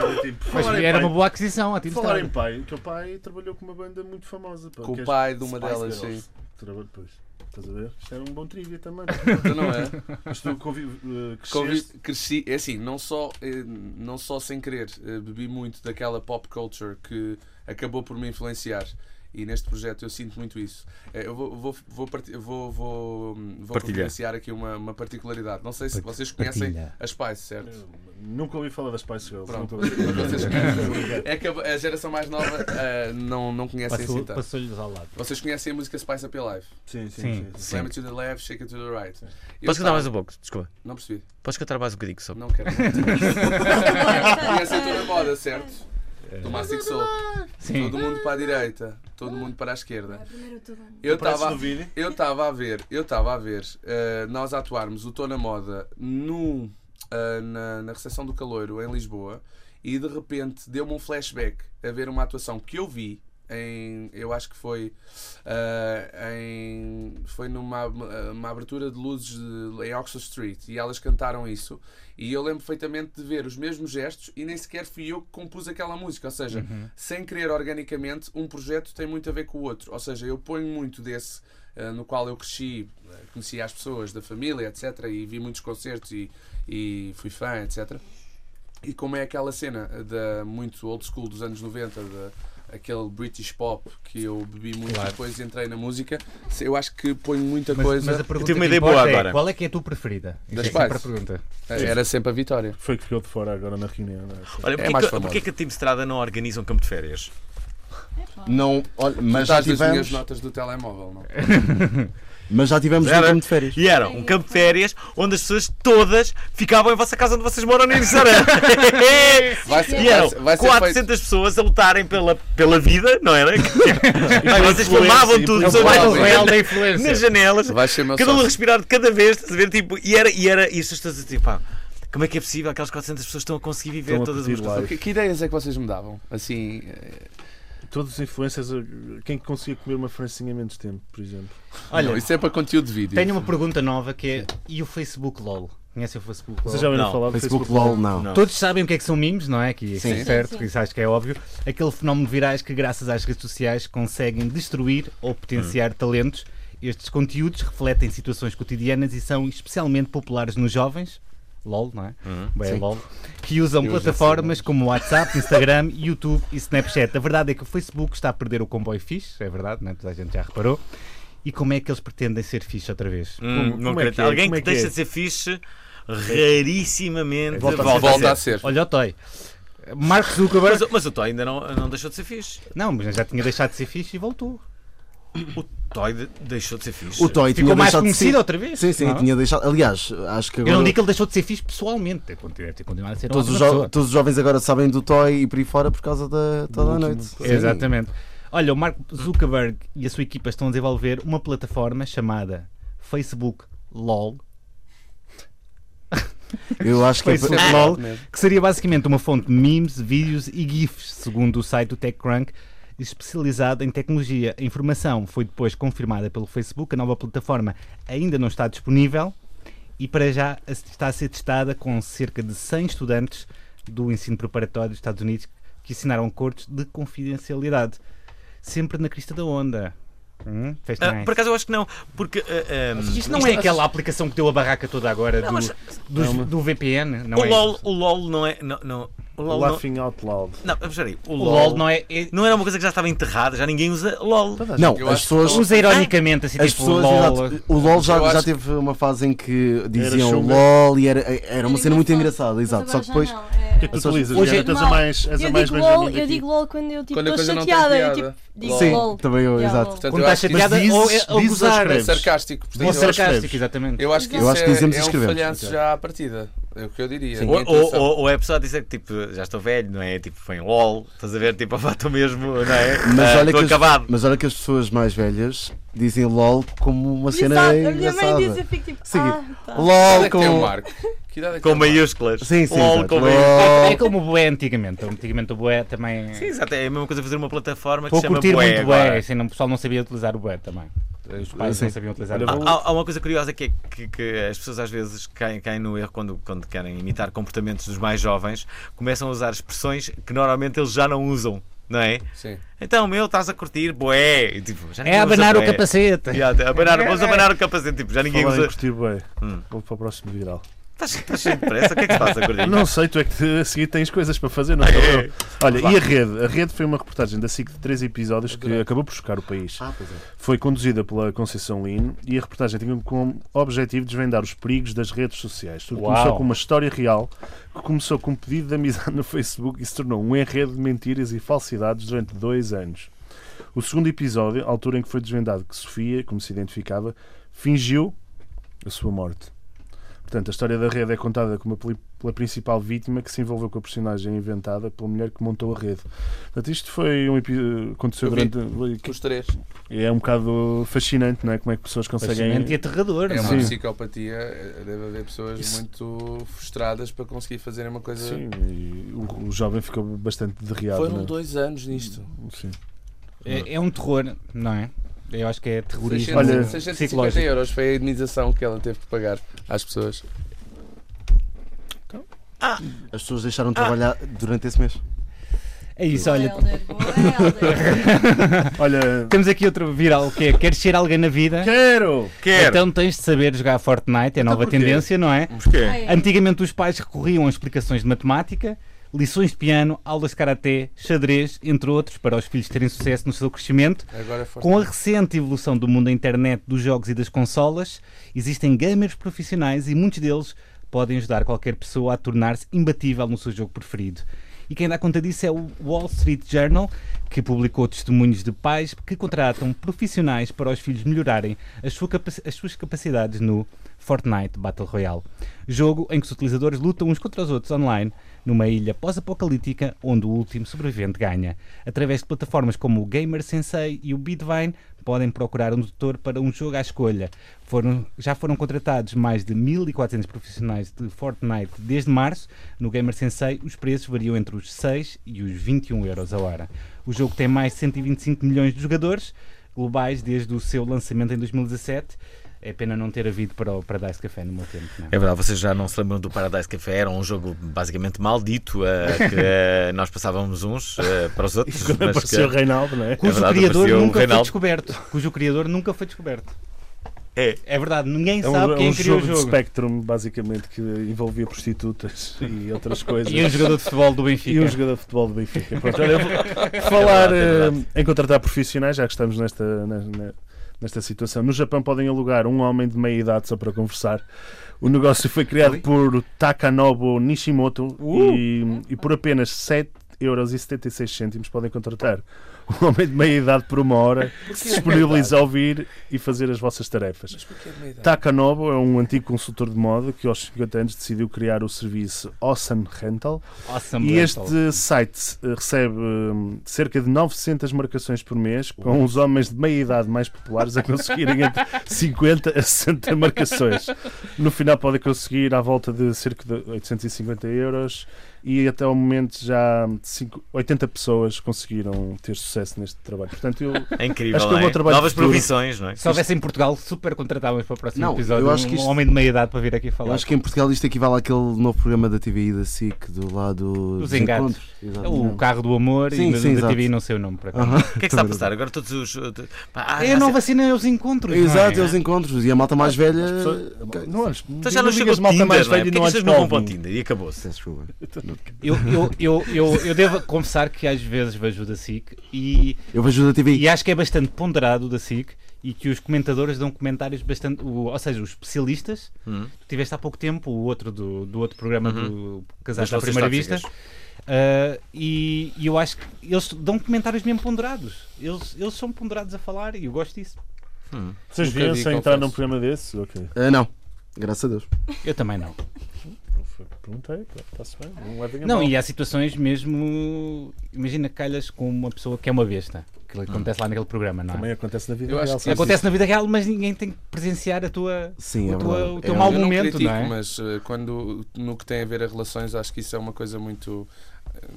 Speaker 2: Mas era uma boa aquisição, a Team
Speaker 6: Falar em
Speaker 2: Star.
Speaker 6: pai, o teu pai trabalhou com uma banda muito famosa. pá,
Speaker 5: Com
Speaker 6: que
Speaker 5: o
Speaker 6: é
Speaker 5: pai de uma
Speaker 6: Spice
Speaker 5: delas,
Speaker 6: Girls.
Speaker 5: sim.
Speaker 6: Trabalho, pois. Estás a ver? Isto era um bom trivia também.
Speaker 5: Tu não é?
Speaker 6: Mas tu convi- eh,
Speaker 5: Convi-
Speaker 6: cresceste.
Speaker 5: cresci, é assim, não só, eh, não só sem querer, eh, bebi muito daquela pop culture que acabou por me influenciar. E neste projeto eu sinto muito isso. Eh, Eu vou, vou, vou, parti- vou, vou, hum, vou
Speaker 1: Partilha.
Speaker 5: confidenciar aqui uma, uma particularidade. Não sei se vocês conhecem
Speaker 2: partilha.
Speaker 5: as Spice, certo?
Speaker 6: Nunca ouvi falar das Spice Girls.
Speaker 5: Pronto.
Speaker 6: nunca ouvi.
Speaker 5: Mas vocês conhecem. É que a, a geração mais nova eh, não, não conhecem assim
Speaker 2: Passou-
Speaker 5: tanto.
Speaker 2: Passou-lhes ao lado.
Speaker 5: Vocês conhecem a música Spice Up Your Life?
Speaker 6: Sim, sim,
Speaker 2: Sim.
Speaker 6: sim. sim.
Speaker 5: Slam it to the left, shake it to the right. Eu
Speaker 1: Posso cantar
Speaker 5: estava-
Speaker 1: mais um pouco? Desculpa.
Speaker 5: Não percebi.
Speaker 1: Posso cantar mais um bocadinho só?
Speaker 5: Não quero. Conhecem a na moda, certo?
Speaker 6: É.
Speaker 5: Do Massive Soul.
Speaker 2: Sim.
Speaker 5: Todo mundo para a direita, todo mundo para a esquerda.
Speaker 4: Primeiro eu tô bem.
Speaker 5: Eu
Speaker 6: Aparece
Speaker 5: estava
Speaker 6: no vídeo.
Speaker 5: eu estava a ver, eu estava a ver eh, nós atuarmos o Tô na Moda no, eh, na, na recepção do Caloiro em Lisboa e de repente deu-me um flashback a ver uma atuação que eu vi em, eu acho que foi eh, em, foi numa ab- uma abertura de luzes de- em Oxford Street e elas cantaram isso e eu lembro perfeitamente de ver os mesmos gestos e nem sequer fui eu que compus aquela música ou seja, sem querer organicamente um projeto tem muito a ver com o outro ou seja, eu ponho muito desse eh, no qual eu cresci, eh, conheci as pessoas da família, etc. E vi muitos concertos e, e fui fã, etc. E como é aquela cena da muito old school dos anos 90, da, aquele British pop que eu bebi muito e depois entrei na música, se- eu acho que ponho muita
Speaker 2: Mas,
Speaker 5: coisa.
Speaker 2: mas a pergunta
Speaker 1: tive uma
Speaker 2: que
Speaker 1: ideia boa
Speaker 2: importa é,
Speaker 1: agora.
Speaker 2: Qual é que é a tua preferida? Isso
Speaker 5: Das
Speaker 2: é sempre a
Speaker 5: Spice.
Speaker 2: pergunta.
Speaker 5: eh, Era sempre a vitória.
Speaker 6: Foi que ficou de fora agora na reunião. não é?
Speaker 1: Olha, porquê,
Speaker 5: mais
Speaker 1: que,
Speaker 5: famosa.
Speaker 1: porquê que a Team Estrada não organiza um campo de férias?
Speaker 8: Não, olha, mas já
Speaker 5: Estás das minhas
Speaker 8: tivemos,
Speaker 5: notas do telemóvel, não?
Speaker 8: mas já tivemos um
Speaker 1: Era.
Speaker 8: campo de férias.
Speaker 1: E era um campo de férias onde as pessoas todas ficavam em vossa casa onde vocês moram no Sarah.
Speaker 5: Vai ser,
Speaker 1: E eram
Speaker 5: vai ser, vai ser
Speaker 1: 400 pessoas a lutarem pela, pela vida, não era? Ai, vocês filmavam tudo,
Speaker 6: e
Speaker 1: pessoas mais
Speaker 5: influência.
Speaker 1: velhas,
Speaker 2: da influência.
Speaker 1: nas janelas,
Speaker 5: feito. Vai ser meu
Speaker 1: cada um a
Speaker 5: sócio.
Speaker 1: respirar de cada vez, estás a ver, tipo, e era, e era, e as pessoas todas assim, pá, como é que é possível? Aquelas 400 pessoas estão a conseguir viver
Speaker 6: Estão a
Speaker 1: todas
Speaker 6: curtir
Speaker 1: umas com as outras.
Speaker 5: Que, que ideias é que vocês me davam? Assim, eh,
Speaker 6: Todos os influencers, eh, quem conseguia comer uma francinha há menos tempo, por exemplo.
Speaker 2: Olha,
Speaker 5: não, isso é para conteúdo de vídeo.
Speaker 2: tenho uma pergunta nova que é: e o Facebook LOL? Conhece o Facebook LOL?
Speaker 6: Vocês já ouviram
Speaker 1: Não,
Speaker 6: falar do
Speaker 8: Facebook LOL, não.
Speaker 1: Não.
Speaker 2: Todos sabem o que é que são memes, não é? Que
Speaker 8: Sim.
Speaker 2: é certo,
Speaker 4: Sim, sim.
Speaker 2: que isso acho que é óbvio. Aquele fenómeno de virais que, graças às redes sociais, conseguem destruir ou potenciar talentos. Estes conteúdos refletem situações cotidianas e são especialmente populares nos jovens. LOL, não é? Bem, LOL. Que usam plataformas como WhatsApp, Instagram, YouTube e Snapchat. A verdade é que o Facebook está a perder o comboio fixe, é verdade, não é? toda a gente já reparou. E como é que eles pretendem ser fixe outra vez?
Speaker 1: Hum,
Speaker 6: Como-
Speaker 1: não
Speaker 6: como é
Speaker 1: acredito.
Speaker 6: que é?
Speaker 1: Alguém
Speaker 6: Como
Speaker 1: que
Speaker 6: é que
Speaker 1: deixa
Speaker 6: é?
Speaker 1: de ser fixe, rarissimamente volta,
Speaker 5: Volta,
Speaker 1: a
Speaker 5: a
Speaker 1: ser.
Speaker 5: ser.
Speaker 2: Olha o Toy. Mark Zuckerberg
Speaker 1: Mas, mas o Toy ainda não, não deixou de ser fixe.
Speaker 2: Não, mas já tinha deixado de ser fixe e voltou.
Speaker 1: O Toy de- deixou de ser fixe.
Speaker 8: O Toy
Speaker 2: Ficou
Speaker 8: tinha
Speaker 2: mais
Speaker 8: deixado de
Speaker 2: conhecido
Speaker 8: ser.
Speaker 2: outra vez.
Speaker 8: Sim, sim,
Speaker 2: não é?
Speaker 8: tinha deixado. Aliás, acho que
Speaker 2: Eu não
Speaker 8: agora
Speaker 2: digo que ele deixou de ser fixe pessoalmente. Deve continuar- deve continuar a ser uma
Speaker 8: todos os,
Speaker 2: ótima
Speaker 8: jo-
Speaker 2: pessoa.
Speaker 8: todos os jovens agora sabem do Toy e por aí fora por causa da toda a
Speaker 6: último.
Speaker 8: noite. Sim.
Speaker 2: Exatamente. Olha, o Mark Zuckerberg e a sua equipa estão a desenvolver uma plataforma chamada Facebook LOL,
Speaker 8: Eu acho que é
Speaker 2: Facebook
Speaker 8: para-
Speaker 2: LOL, que seria basicamente uma fonte de memes, vídeos e GIFs, segundo o site do TechCrunch, especializado em tecnologia. A informação foi depois confirmada pelo Facebook, a nova plataforma ainda não está disponível e para já está a ser testada com cerca de 100 estudantes do ensino preparatório dos Estados Unidos que assinaram acordos de confidencialidade. Sempre na crista da onda. Hum? Fez
Speaker 1: Ah,
Speaker 2: bem.
Speaker 1: por acaso eu acho que não, porque. ah, ah,
Speaker 2: Isto não é aquela aplicação que deu a barraca toda agora do,
Speaker 1: mas-
Speaker 2: dos- do VPN? Não
Speaker 1: o,
Speaker 2: é
Speaker 1: LOL,
Speaker 2: isso.
Speaker 1: o LOL não é. Não, não, o LOL não,
Speaker 6: Laughing Out Loud.
Speaker 1: não, mas espera aí, o
Speaker 2: O
Speaker 1: LOL,
Speaker 2: LOL não é. é-
Speaker 1: não era uma coisa que já estava enterrada, já ninguém usa LOL.
Speaker 8: Não,
Speaker 5: Eu
Speaker 8: as
Speaker 5: acho que
Speaker 8: pessoas.
Speaker 2: Usa ironicamente assim,
Speaker 8: As
Speaker 2: tipo
Speaker 8: pessoas,
Speaker 2: LOL.
Speaker 8: exato, o LOL já,
Speaker 5: Eu
Speaker 8: já
Speaker 5: acho-
Speaker 8: teve uma fase em que diziam
Speaker 6: showbiz.
Speaker 8: LOL e era, era uma
Speaker 4: Era
Speaker 8: cena muito engraçada,
Speaker 4: engraçado, mas
Speaker 8: exato. Só que
Speaker 4: agora
Speaker 8: depois.
Speaker 4: já não, é-
Speaker 6: O que é que tu
Speaker 8: Hoje-
Speaker 6: utilizas?
Speaker 8: hoje-
Speaker 6: Hoje és a mais, és a
Speaker 4: Eu
Speaker 6: mais
Speaker 4: digo LOL,
Speaker 6: Benjamin
Speaker 4: eu
Speaker 6: aqui.
Speaker 4: digo LOL quando eu tipo
Speaker 5: Quando a
Speaker 4: estou
Speaker 5: coisa não tem
Speaker 4: chateada. Eu,
Speaker 5: piada.
Speaker 4: tipo, digo
Speaker 8: Sim,
Speaker 4: LOL.
Speaker 8: também eu,
Speaker 4: Yeah,
Speaker 8: exato.
Speaker 4: LOL.
Speaker 5: Portanto,
Speaker 2: Quando
Speaker 5: eu
Speaker 2: está
Speaker 5: acho que
Speaker 2: chateada
Speaker 6: dizes-
Speaker 2: ou, é- ou
Speaker 6: dizes ou
Speaker 2: gozar.
Speaker 6: escreves?
Speaker 5: sarcástico. portanto,
Speaker 2: Ou
Speaker 5: eu acho-
Speaker 2: sarcástico,
Speaker 6: escreves.
Speaker 2: exatamente.
Speaker 5: Eu acho que
Speaker 4: Eu
Speaker 5: isso
Speaker 8: acho que
Speaker 5: é,
Speaker 8: dizemos e
Speaker 5: é um
Speaker 8: escrevemos.
Speaker 5: falhanço já à partida. É o que eu diria.
Speaker 8: Sim.
Speaker 5: Sim.
Speaker 1: Ou, ou, ou, ou é pessoal dizer que tipo, já estou velho, não é? Tipo, foi em LOL, estás a ver? Tipo, "Ah, estou mesmo, não é?
Speaker 8: Mas
Speaker 1: Ah,
Speaker 8: olha,
Speaker 1: estou
Speaker 8: que as,
Speaker 1: acabado.
Speaker 8: mas olha que as pessoas mais velhas dizem LOL como uma cena
Speaker 4: Exato, a minha mãe
Speaker 8: engraçada.
Speaker 4: diz e eu fico tipo.
Speaker 8: Sim.
Speaker 4: Ah, tá.
Speaker 8: LOL
Speaker 5: é que tem o
Speaker 8: com.
Speaker 5: Marco? Que idade é que
Speaker 1: Com
Speaker 5: tem o Marco?
Speaker 1: maiúsculas.
Speaker 8: Sim, sim.
Speaker 1: LOL,
Speaker 8: exato.
Speaker 1: com maiúsculas.
Speaker 8: LOL.
Speaker 2: É como o Boé antigamente. Antigamente o Boé também.
Speaker 1: Sim, exato. É a mesma coisa fazer uma plataforma que
Speaker 2: Estou
Speaker 1: se
Speaker 2: a
Speaker 1: chama
Speaker 2: curtir
Speaker 1: Bué
Speaker 2: muito Boé.
Speaker 1: agora.
Speaker 2: Assim, não- o pessoal não sabia utilizar o Boé também. Os pais não sabiam utilizar o
Speaker 6: Olha,
Speaker 2: Bué.
Speaker 6: vou-
Speaker 1: Há, há uma coisa curiosa que é que, que as pessoas às vezes caem, caem no erro quando, quando querem imitar comportamentos dos mais jovens, começam a usar expressões que normalmente eles já não usam, não é?
Speaker 5: Sim.
Speaker 1: Então, meu, estás a curtir, boé. E, tipo, já
Speaker 2: É
Speaker 1: ninguém
Speaker 2: abanar
Speaker 1: usa
Speaker 2: o
Speaker 1: bué.
Speaker 2: capacete.
Speaker 1: Exato, é abanar, vamos abanar o capacete, tipo, já ninguém
Speaker 6: Falar em
Speaker 1: usa.
Speaker 6: curtir bem. Vou para o próximo viral.
Speaker 1: Estás estás cheio de pressa, o que é que se passa, gordinho?
Speaker 6: Não sei, tu é que te- a seguir tens coisas para fazer, não sou
Speaker 3: É.
Speaker 6: eu. Olha, e a rede? A rede foi uma reportagem da SIC de três episódios que acabou por chocar o país.
Speaker 3: Ah, pois é.
Speaker 6: Foi conduzida pela Conceição Lino e a reportagem tinha como objetivo desvendar os perigos das redes sociais. Tudo
Speaker 2: Uau.
Speaker 6: começou com uma história real que começou com um pedido de amizade no Facebook e se tornou um enredo de mentiras e falsidades durante dois anos. O segundo episódio, a altura em que foi desvendado que Sofia, como se identificava, fingiu a sua morte. Portanto, a história da rede é contada como a pli- pela principal vítima que se envolveu com a personagem inventada pela mulher que montou a rede. Portanto, isto foi um episódio. aconteceu
Speaker 5: Eu vi.
Speaker 6: durante.
Speaker 5: Os três.
Speaker 6: É um bocado fascinante, não é? Como é que pessoas conseguem.
Speaker 2: Fascinante e aterrador.
Speaker 5: É
Speaker 2: não
Speaker 5: uma
Speaker 6: Sim.
Speaker 5: psicopatia. eh, Deve haver pessoas
Speaker 6: Isso.
Speaker 5: muito frustradas para conseguir fazerem uma coisa.
Speaker 6: Sim, e o, o jovem ficou bastante derriado.
Speaker 2: um
Speaker 6: não
Speaker 5: Foram
Speaker 6: é?
Speaker 5: dois anos nisto.
Speaker 6: Sim.
Speaker 2: É, é um terror, não é? Eu acho que é terrorismo
Speaker 6: Olha,
Speaker 5: 650
Speaker 2: psicológico.
Speaker 5: euros foi a indenização que ela teve que pagar às pessoas.
Speaker 8: As pessoas deixaram de
Speaker 1: Ah.
Speaker 8: trabalhar durante esse mês.
Speaker 2: É isso, olha.
Speaker 4: Boa, Helder, boa, Helder.
Speaker 6: Olha,
Speaker 2: Temos aqui outro viral que é Queres ser alguém na vida?
Speaker 6: quero!
Speaker 1: Quero!
Speaker 2: Então tens de saber jogar Fortnite, é a nova
Speaker 6: porquê?
Speaker 2: tendência, não é?
Speaker 1: Porquê?
Speaker 4: Ai,
Speaker 2: Antigamente os pais recorriam a explicações de matemática, lições de piano, aulas de karaté, xadrez, entre outros, para os filhos terem sucesso no seu crescimento.
Speaker 5: Agora foi.
Speaker 2: Com a recente evolução do mundo da internet, dos jogos e das consolas, existem gamers profissionais e muitos deles podem ajudar qualquer pessoa a tornar-se imbatível no seu jogo preferido. E quem dá conta disso é o Wall Street Journal, que publicou testemunhos de pais que contratam profissionais para os filhos melhorarem as, sua capaci- as suas capacidades no Fortnite Battle Royale, jogo em que os utilizadores lutam uns contra os outros online numa ilha pós-apocalíptica onde o último sobrevivente ganha. Através de plataformas como o Gamer Sensei e o Bitvine, podem procurar um tutor para um jogo à escolha. Foram- já foram contratados mais de 1.400 profissionais de Fortnite desde março. No Gamer Sensei, os preços variam entre os 6 e os 21 euros a hora. O jogo tem mais de 125 milhões de jogadores globais desde o seu lançamento em 2017. É pena não ter havido para, o, para Dice Café no meu tempo. não é?
Speaker 1: É verdade, vocês já não se lembram do Paradise Café, era um jogo basicamente maldito, eh, que eh, nós passávamos uns eh, para os outros.
Speaker 6: Quando
Speaker 1: mas
Speaker 6: apareceu o
Speaker 1: que-
Speaker 6: Reinaldo, não é?
Speaker 2: cujo
Speaker 1: verdade,
Speaker 2: criador
Speaker 1: apareceu o
Speaker 2: nunca foi
Speaker 1: Reinaldo.
Speaker 2: descoberto. Cujo criador nunca foi descoberto.
Speaker 1: É.
Speaker 2: verdade, ninguém
Speaker 6: É um,
Speaker 2: sabe
Speaker 6: é
Speaker 2: quem
Speaker 6: um
Speaker 2: criou
Speaker 6: jogo,
Speaker 2: o
Speaker 6: de
Speaker 2: jogo.
Speaker 6: Spectrum, basicamente, que envolvia prostitutas e outras coisas.
Speaker 2: E um jogador de futebol do
Speaker 6: E
Speaker 2: Benfica.
Speaker 6: um jogador de futebol do Benfica. Pronto, olha, eu vou falar
Speaker 1: verdade, é
Speaker 6: eh,
Speaker 1: verdade.
Speaker 6: em contratar profissionais, já que estamos nesta, na- na- nesta situação. No Japão podem alugar um homem de meia idade só para conversar. O negócio foi criado por Takanobu Nishimoto e, e por apenas 7,76€ podem contratar um homem de meia idade por uma hora que se disponibiliza a ouvir e fazer as vossas tarefas.
Speaker 5: Mas porquê de meia idade?
Speaker 6: Takanobu é um antigo consultor de moda que aos 50 anos decidiu criar o serviço Osan Rental
Speaker 2: Awesome
Speaker 6: e
Speaker 2: Rental.
Speaker 6: este site eh, recebe hum, cerca de 900 marcações por mês, com os homens de meia idade mais populares a conseguirem entre 50 a 60 marcações. No final, podem conseguir à volta de cerca de 850 euros e até ao momento já cinco- 80 pessoas conseguiram ter sucesso neste trabalho. Portanto, eu.
Speaker 1: É incrível,
Speaker 6: Acho que é um
Speaker 1: não
Speaker 6: bom
Speaker 1: é?
Speaker 6: trabalho
Speaker 1: Novas
Speaker 6: futuro.
Speaker 1: profissões, não é?
Speaker 2: Se houvesse em Portugal, super contratávamos para o próximo
Speaker 3: Não,
Speaker 2: episódio
Speaker 8: eu acho que
Speaker 2: um
Speaker 8: isto-
Speaker 2: homem de meia idade para vir aqui
Speaker 8: Eu
Speaker 2: falar.
Speaker 8: acho que em Portugal isto equivale àquele novo programa da TVI da SIC do lado
Speaker 2: Dos
Speaker 8: dos
Speaker 2: engates.
Speaker 8: é encontros. Exato.
Speaker 2: É O carro do amor
Speaker 8: Sim,
Speaker 2: e
Speaker 8: sim,
Speaker 2: da TV
Speaker 8: exato.
Speaker 2: não sei o nome para cá.
Speaker 8: Aham.
Speaker 1: O que é que está a passar? Agora todos os. Pá, ah,
Speaker 2: É a
Speaker 1: já
Speaker 2: nova cena, é os encontros.
Speaker 8: Exato, é
Speaker 2: não
Speaker 8: os encontros. E a malta mais velha.
Speaker 5: Eh,
Speaker 6: Não olhes-
Speaker 1: Então já não chegou
Speaker 6: digas
Speaker 1: o
Speaker 6: malta
Speaker 1: Tinder,
Speaker 6: mais
Speaker 1: não é?
Speaker 6: velha
Speaker 1: Porque é
Speaker 6: e
Speaker 1: que
Speaker 6: olhes
Speaker 1: vocês não vão para o
Speaker 6: jovem.
Speaker 1: Tinder? E acabou-se.
Speaker 8: Desculpa.
Speaker 2: Eu, eu, eu, eu, eu devo confessar que às vezes vejo o da SIC e,
Speaker 8: Eu vejo da TVI.
Speaker 2: e acho que é bastante ponderado o da SIC e que os comentadores dão comentários bastante. o- ou seja, os especialistas.
Speaker 1: Hum.
Speaker 2: Tu tiveste há pouco tempo o outro do, do outro programa do Casados
Speaker 1: Das
Speaker 2: à Primeira
Speaker 1: Relações
Speaker 2: Vista. Ah, e, e eu acho que eles dão comentários mesmo ponderados. Eles, eles são ponderados a falar e eu gosto disso.
Speaker 6: Vocês
Speaker 5: Nunca
Speaker 6: viam
Speaker 5: vi,
Speaker 6: sem entrar
Speaker 5: confesso.
Speaker 6: num programa desse? Ok.
Speaker 8: Ah, não. Graças a Deus.
Speaker 2: Eu também não.
Speaker 6: Foi o que perguntei, pronto, está-se bem. Não, levem a
Speaker 2: Não,
Speaker 6: mal.
Speaker 2: e há situações mesmo. Imagina que calhas com uma pessoa que é uma besta, que acontece lá naquele programa, não é?
Speaker 6: Também acontece na vida
Speaker 5: Eu acho
Speaker 6: real,
Speaker 5: que
Speaker 6: sabes?
Speaker 2: Acontece na vida real, mas ninguém tem que presenciar a tua.
Speaker 8: Sim,
Speaker 2: o
Speaker 8: é
Speaker 2: tua-
Speaker 8: verdade.
Speaker 2: o teu
Speaker 8: É
Speaker 2: mau
Speaker 5: um eu não
Speaker 2: momento,
Speaker 5: critico,
Speaker 2: não é?
Speaker 5: mas eh, quando, no que tem a ver a relações, acho que isso é uma coisa muito. eh,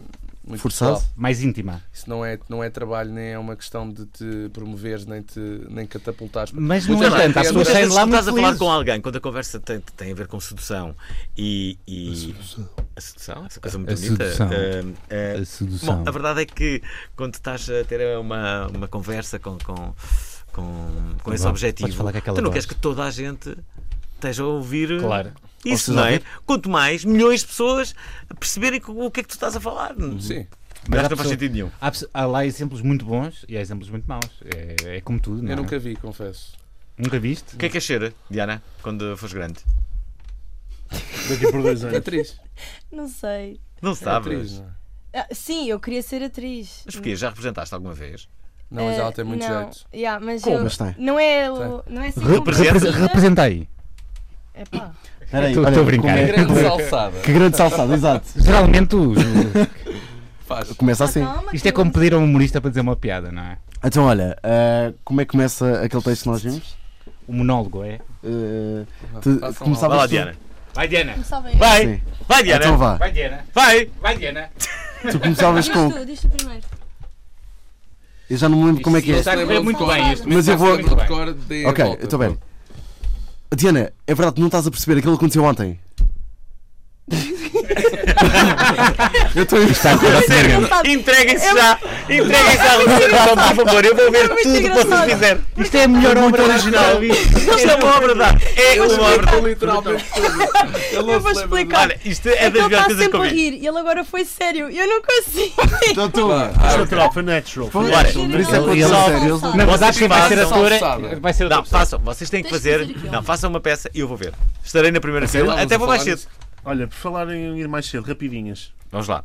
Speaker 5: muito
Speaker 8: Forçado?
Speaker 5: pessoal.
Speaker 2: Mais íntima.
Speaker 5: Isso não é, não é trabalho, nem é uma questão de te promoveres, nem, te, nem catapultares. é
Speaker 2: Mas, no
Speaker 5: Mas, não,
Speaker 2: entanto, há
Speaker 5: mas
Speaker 2: pessoas
Speaker 5: às
Speaker 2: saem
Speaker 1: vezes
Speaker 2: de lá
Speaker 1: tu
Speaker 2: muito
Speaker 1: estás a falar
Speaker 2: felizes.
Speaker 1: com alguém quando a conversa tem, tem a ver com sedução e. e- A sedução, essa coisa muito
Speaker 2: A
Speaker 1: bonita.
Speaker 2: sedução.
Speaker 1: Ahm, ah,
Speaker 2: A sedução.
Speaker 1: Bom, a verdade é que quando estás a ter uma, uma conversa com, com, com, com esse
Speaker 2: Vá,
Speaker 1: objetivo,
Speaker 2: podes falar com
Speaker 1: tu
Speaker 2: aquela
Speaker 1: não
Speaker 2: voz.
Speaker 1: queres que toda a gente esteja a ouvir
Speaker 2: Claro.
Speaker 1: isso,
Speaker 8: Ou seja,
Speaker 1: não é?
Speaker 8: ouvir.
Speaker 1: Quanto mais milhões de pessoas perceberem o que é que tu estás a falar.
Speaker 5: Sim,
Speaker 1: Mas
Speaker 2: há
Speaker 1: não faz
Speaker 2: pessoas-
Speaker 1: sentido nenhum.
Speaker 2: Há, pesso- há lá exemplos muito bons e há exemplos muito maus. É, é como tudo, não é?
Speaker 5: eu nunca vi, confesso.
Speaker 2: Nunca viste?
Speaker 1: O que é que és ser, Diana, quando fores grande?
Speaker 6: Daqui por dois anos.
Speaker 5: Atriz.
Speaker 4: Não sei.
Speaker 1: Não sabes.
Speaker 5: Atriz, É não é?
Speaker 4: Ah, sim, eu queria ser atriz.
Speaker 1: Mas porquê? Já representaste alguma vez?
Speaker 5: Não, mas
Speaker 4: Eh,
Speaker 5: ela tem muito
Speaker 4: não.
Speaker 5: jeito.
Speaker 4: Yeah, mas
Speaker 8: Como?
Speaker 4: eu-
Speaker 8: Mas tem.
Speaker 4: Não é, o- não é assim
Speaker 1: Representa-
Speaker 4: competida.
Speaker 2: Representa aí.
Speaker 4: Epá.
Speaker 8: Espera aí,
Speaker 2: Estou-
Speaker 8: olha,
Speaker 2: estou a brincar.
Speaker 8: como é-
Speaker 5: Grande
Speaker 8: como é-
Speaker 5: salsada.
Speaker 8: Que grande salsada, exato.
Speaker 2: Geralmente, os-
Speaker 5: Faz.
Speaker 8: Começa assim.
Speaker 4: Calma,
Speaker 2: isto é
Speaker 4: calma.
Speaker 2: como pedir a um humorista para dizer uma piada, não é?
Speaker 8: Então, olha, ah, como é que começa aquele texto que nós vimos?
Speaker 2: O monólogo é.
Speaker 8: Ah,
Speaker 5: Vá,
Speaker 8: tu-
Speaker 5: façam
Speaker 8: começava-
Speaker 1: Vai lá,
Speaker 8: tu-
Speaker 1: Diana.
Speaker 2: Vai, Diana!
Speaker 4: Me salvem.
Speaker 1: Vai!
Speaker 8: Sim.
Speaker 1: Vai, Diana!
Speaker 8: Então vá.
Speaker 2: Vai, Diana!
Speaker 1: Vai!
Speaker 2: Vai, Diana!
Speaker 8: Tu começavas
Speaker 4: Diz
Speaker 8: com.
Speaker 4: tu, diz tu primeiro.
Speaker 8: Eu já não me lembro como é que é.
Speaker 2: Está a correr muito bem este
Speaker 8: Mas eu
Speaker 5: Façam
Speaker 8: vou-
Speaker 5: um repertório, deem a
Speaker 8: Ok,
Speaker 5: volta.
Speaker 8: estou bem. Diana, é verdade, tu não estás a perceber aquilo que aconteceu ontem. eu estou a investir.
Speaker 1: Sério, entreguem-se já! Entreguem-se à representação, por favor! Eu vou ver
Speaker 4: muito
Speaker 1: tudo o que vocês
Speaker 4: engraçado.
Speaker 1: fizerem!
Speaker 2: Isto é a melhor obra
Speaker 1: original. Isto é uma obra de arte. É uma obra de
Speaker 5: Estou literalmente tudo. Ele não
Speaker 4: Eu vou
Speaker 5: se lembra de-
Speaker 4: explicar.
Speaker 1: Olha, isto é
Speaker 4: tá É que
Speaker 1: das
Speaker 4: ele
Speaker 1: melhores
Speaker 4: está
Speaker 1: coisas que
Speaker 4: sempre
Speaker 1: eu
Speaker 4: a
Speaker 1: vi.
Speaker 4: rir e ele agora foi sério. Eu não consigo.
Speaker 8: Então, tu.
Speaker 6: Foi natural, foi natural.
Speaker 8: Foi-
Speaker 1: Bora.
Speaker 8: Por isso é que
Speaker 4: Ele-
Speaker 8: eu estou
Speaker 4: ele-
Speaker 8: sério. eu-
Speaker 2: Na
Speaker 1: Vocês
Speaker 2: verdade, quem vai ser
Speaker 1: façam
Speaker 2: ator
Speaker 5: salsada.
Speaker 2: vai ser outra
Speaker 1: Não,
Speaker 2: pessoa.
Speaker 1: façam, vocês têm que
Speaker 4: Tens que
Speaker 1: fazer.
Speaker 4: fazer aquilo.
Speaker 1: Não, façam uma peça e eu vou ver. Estarei na primeira
Speaker 5: Sei lá,
Speaker 1: fila,
Speaker 5: vamos
Speaker 1: até vou
Speaker 5: falar
Speaker 1: mais cedo.
Speaker 5: nisso.
Speaker 6: Olha, por falar em ir mais cedo, rapidinhas.
Speaker 1: Vamos lá.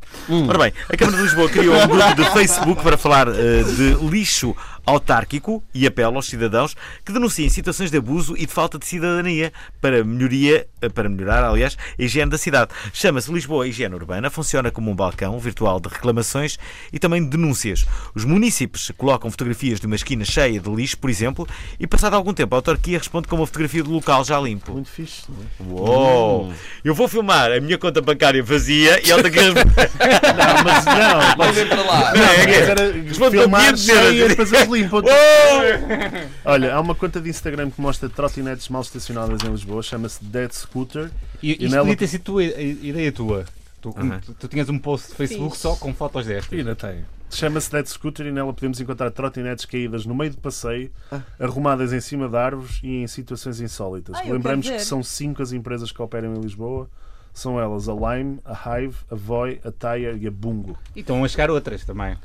Speaker 1: Ora bem, a Câmara de Lisboa criou um grupo de Facebook para falar eh, de lixo autárquico e apela aos cidadãos que denunciem situações de abuso e de falta de cidadania para, melhoria, eh, para melhorar, aliás, a higiene da cidade. Chama-se Lisboa Higiene Urbana, funciona como um balcão virtual de reclamações e também de denúncias. Os munícipes colocam fotografias de uma esquina cheia de lixo, por exemplo, e passado algum tempo a autarquia responde com uma fotografia do local já limpo.
Speaker 6: Muito fixe. não é?
Speaker 1: Uou! Eu vou filmar a minha conta bancária vazia e ela tem que
Speaker 6: Não, Ah, mas não.
Speaker 5: Mas entra lá.
Speaker 1: Não, é que-
Speaker 6: Mas era
Speaker 1: Responde
Speaker 6: filmar
Speaker 1: para ti, dizer-
Speaker 6: cheia e depois eles limpam.
Speaker 1: Oh!
Speaker 6: Olha, há uma conta de Instagram que mostra trotinetes mal estacionadas em Lisboa, chama-se Dead Scooter.
Speaker 2: E isto
Speaker 6: nela-
Speaker 2: podia ter sido tua i- i- ideia tua. Tu, com- tu, tu tinhas um post de Facebook
Speaker 4: Fiz.
Speaker 2: só com fotos destas.
Speaker 6: ainda tem. Chama-se Dead Scooter e nela podemos encontrar trotinetes caídas no meio do passeio,
Speaker 4: Ah.
Speaker 6: arrumadas em cima de árvores e em situações insólitas.
Speaker 4: Ai, Ah, eu
Speaker 6: Lembramos
Speaker 4: quero
Speaker 6: que
Speaker 4: ver.
Speaker 6: são cinco as empresas que operam em Lisboa. São elas a Lime, a Hive, a Voi, a Taia e a Bungo.
Speaker 2: E estão a chegar outras também.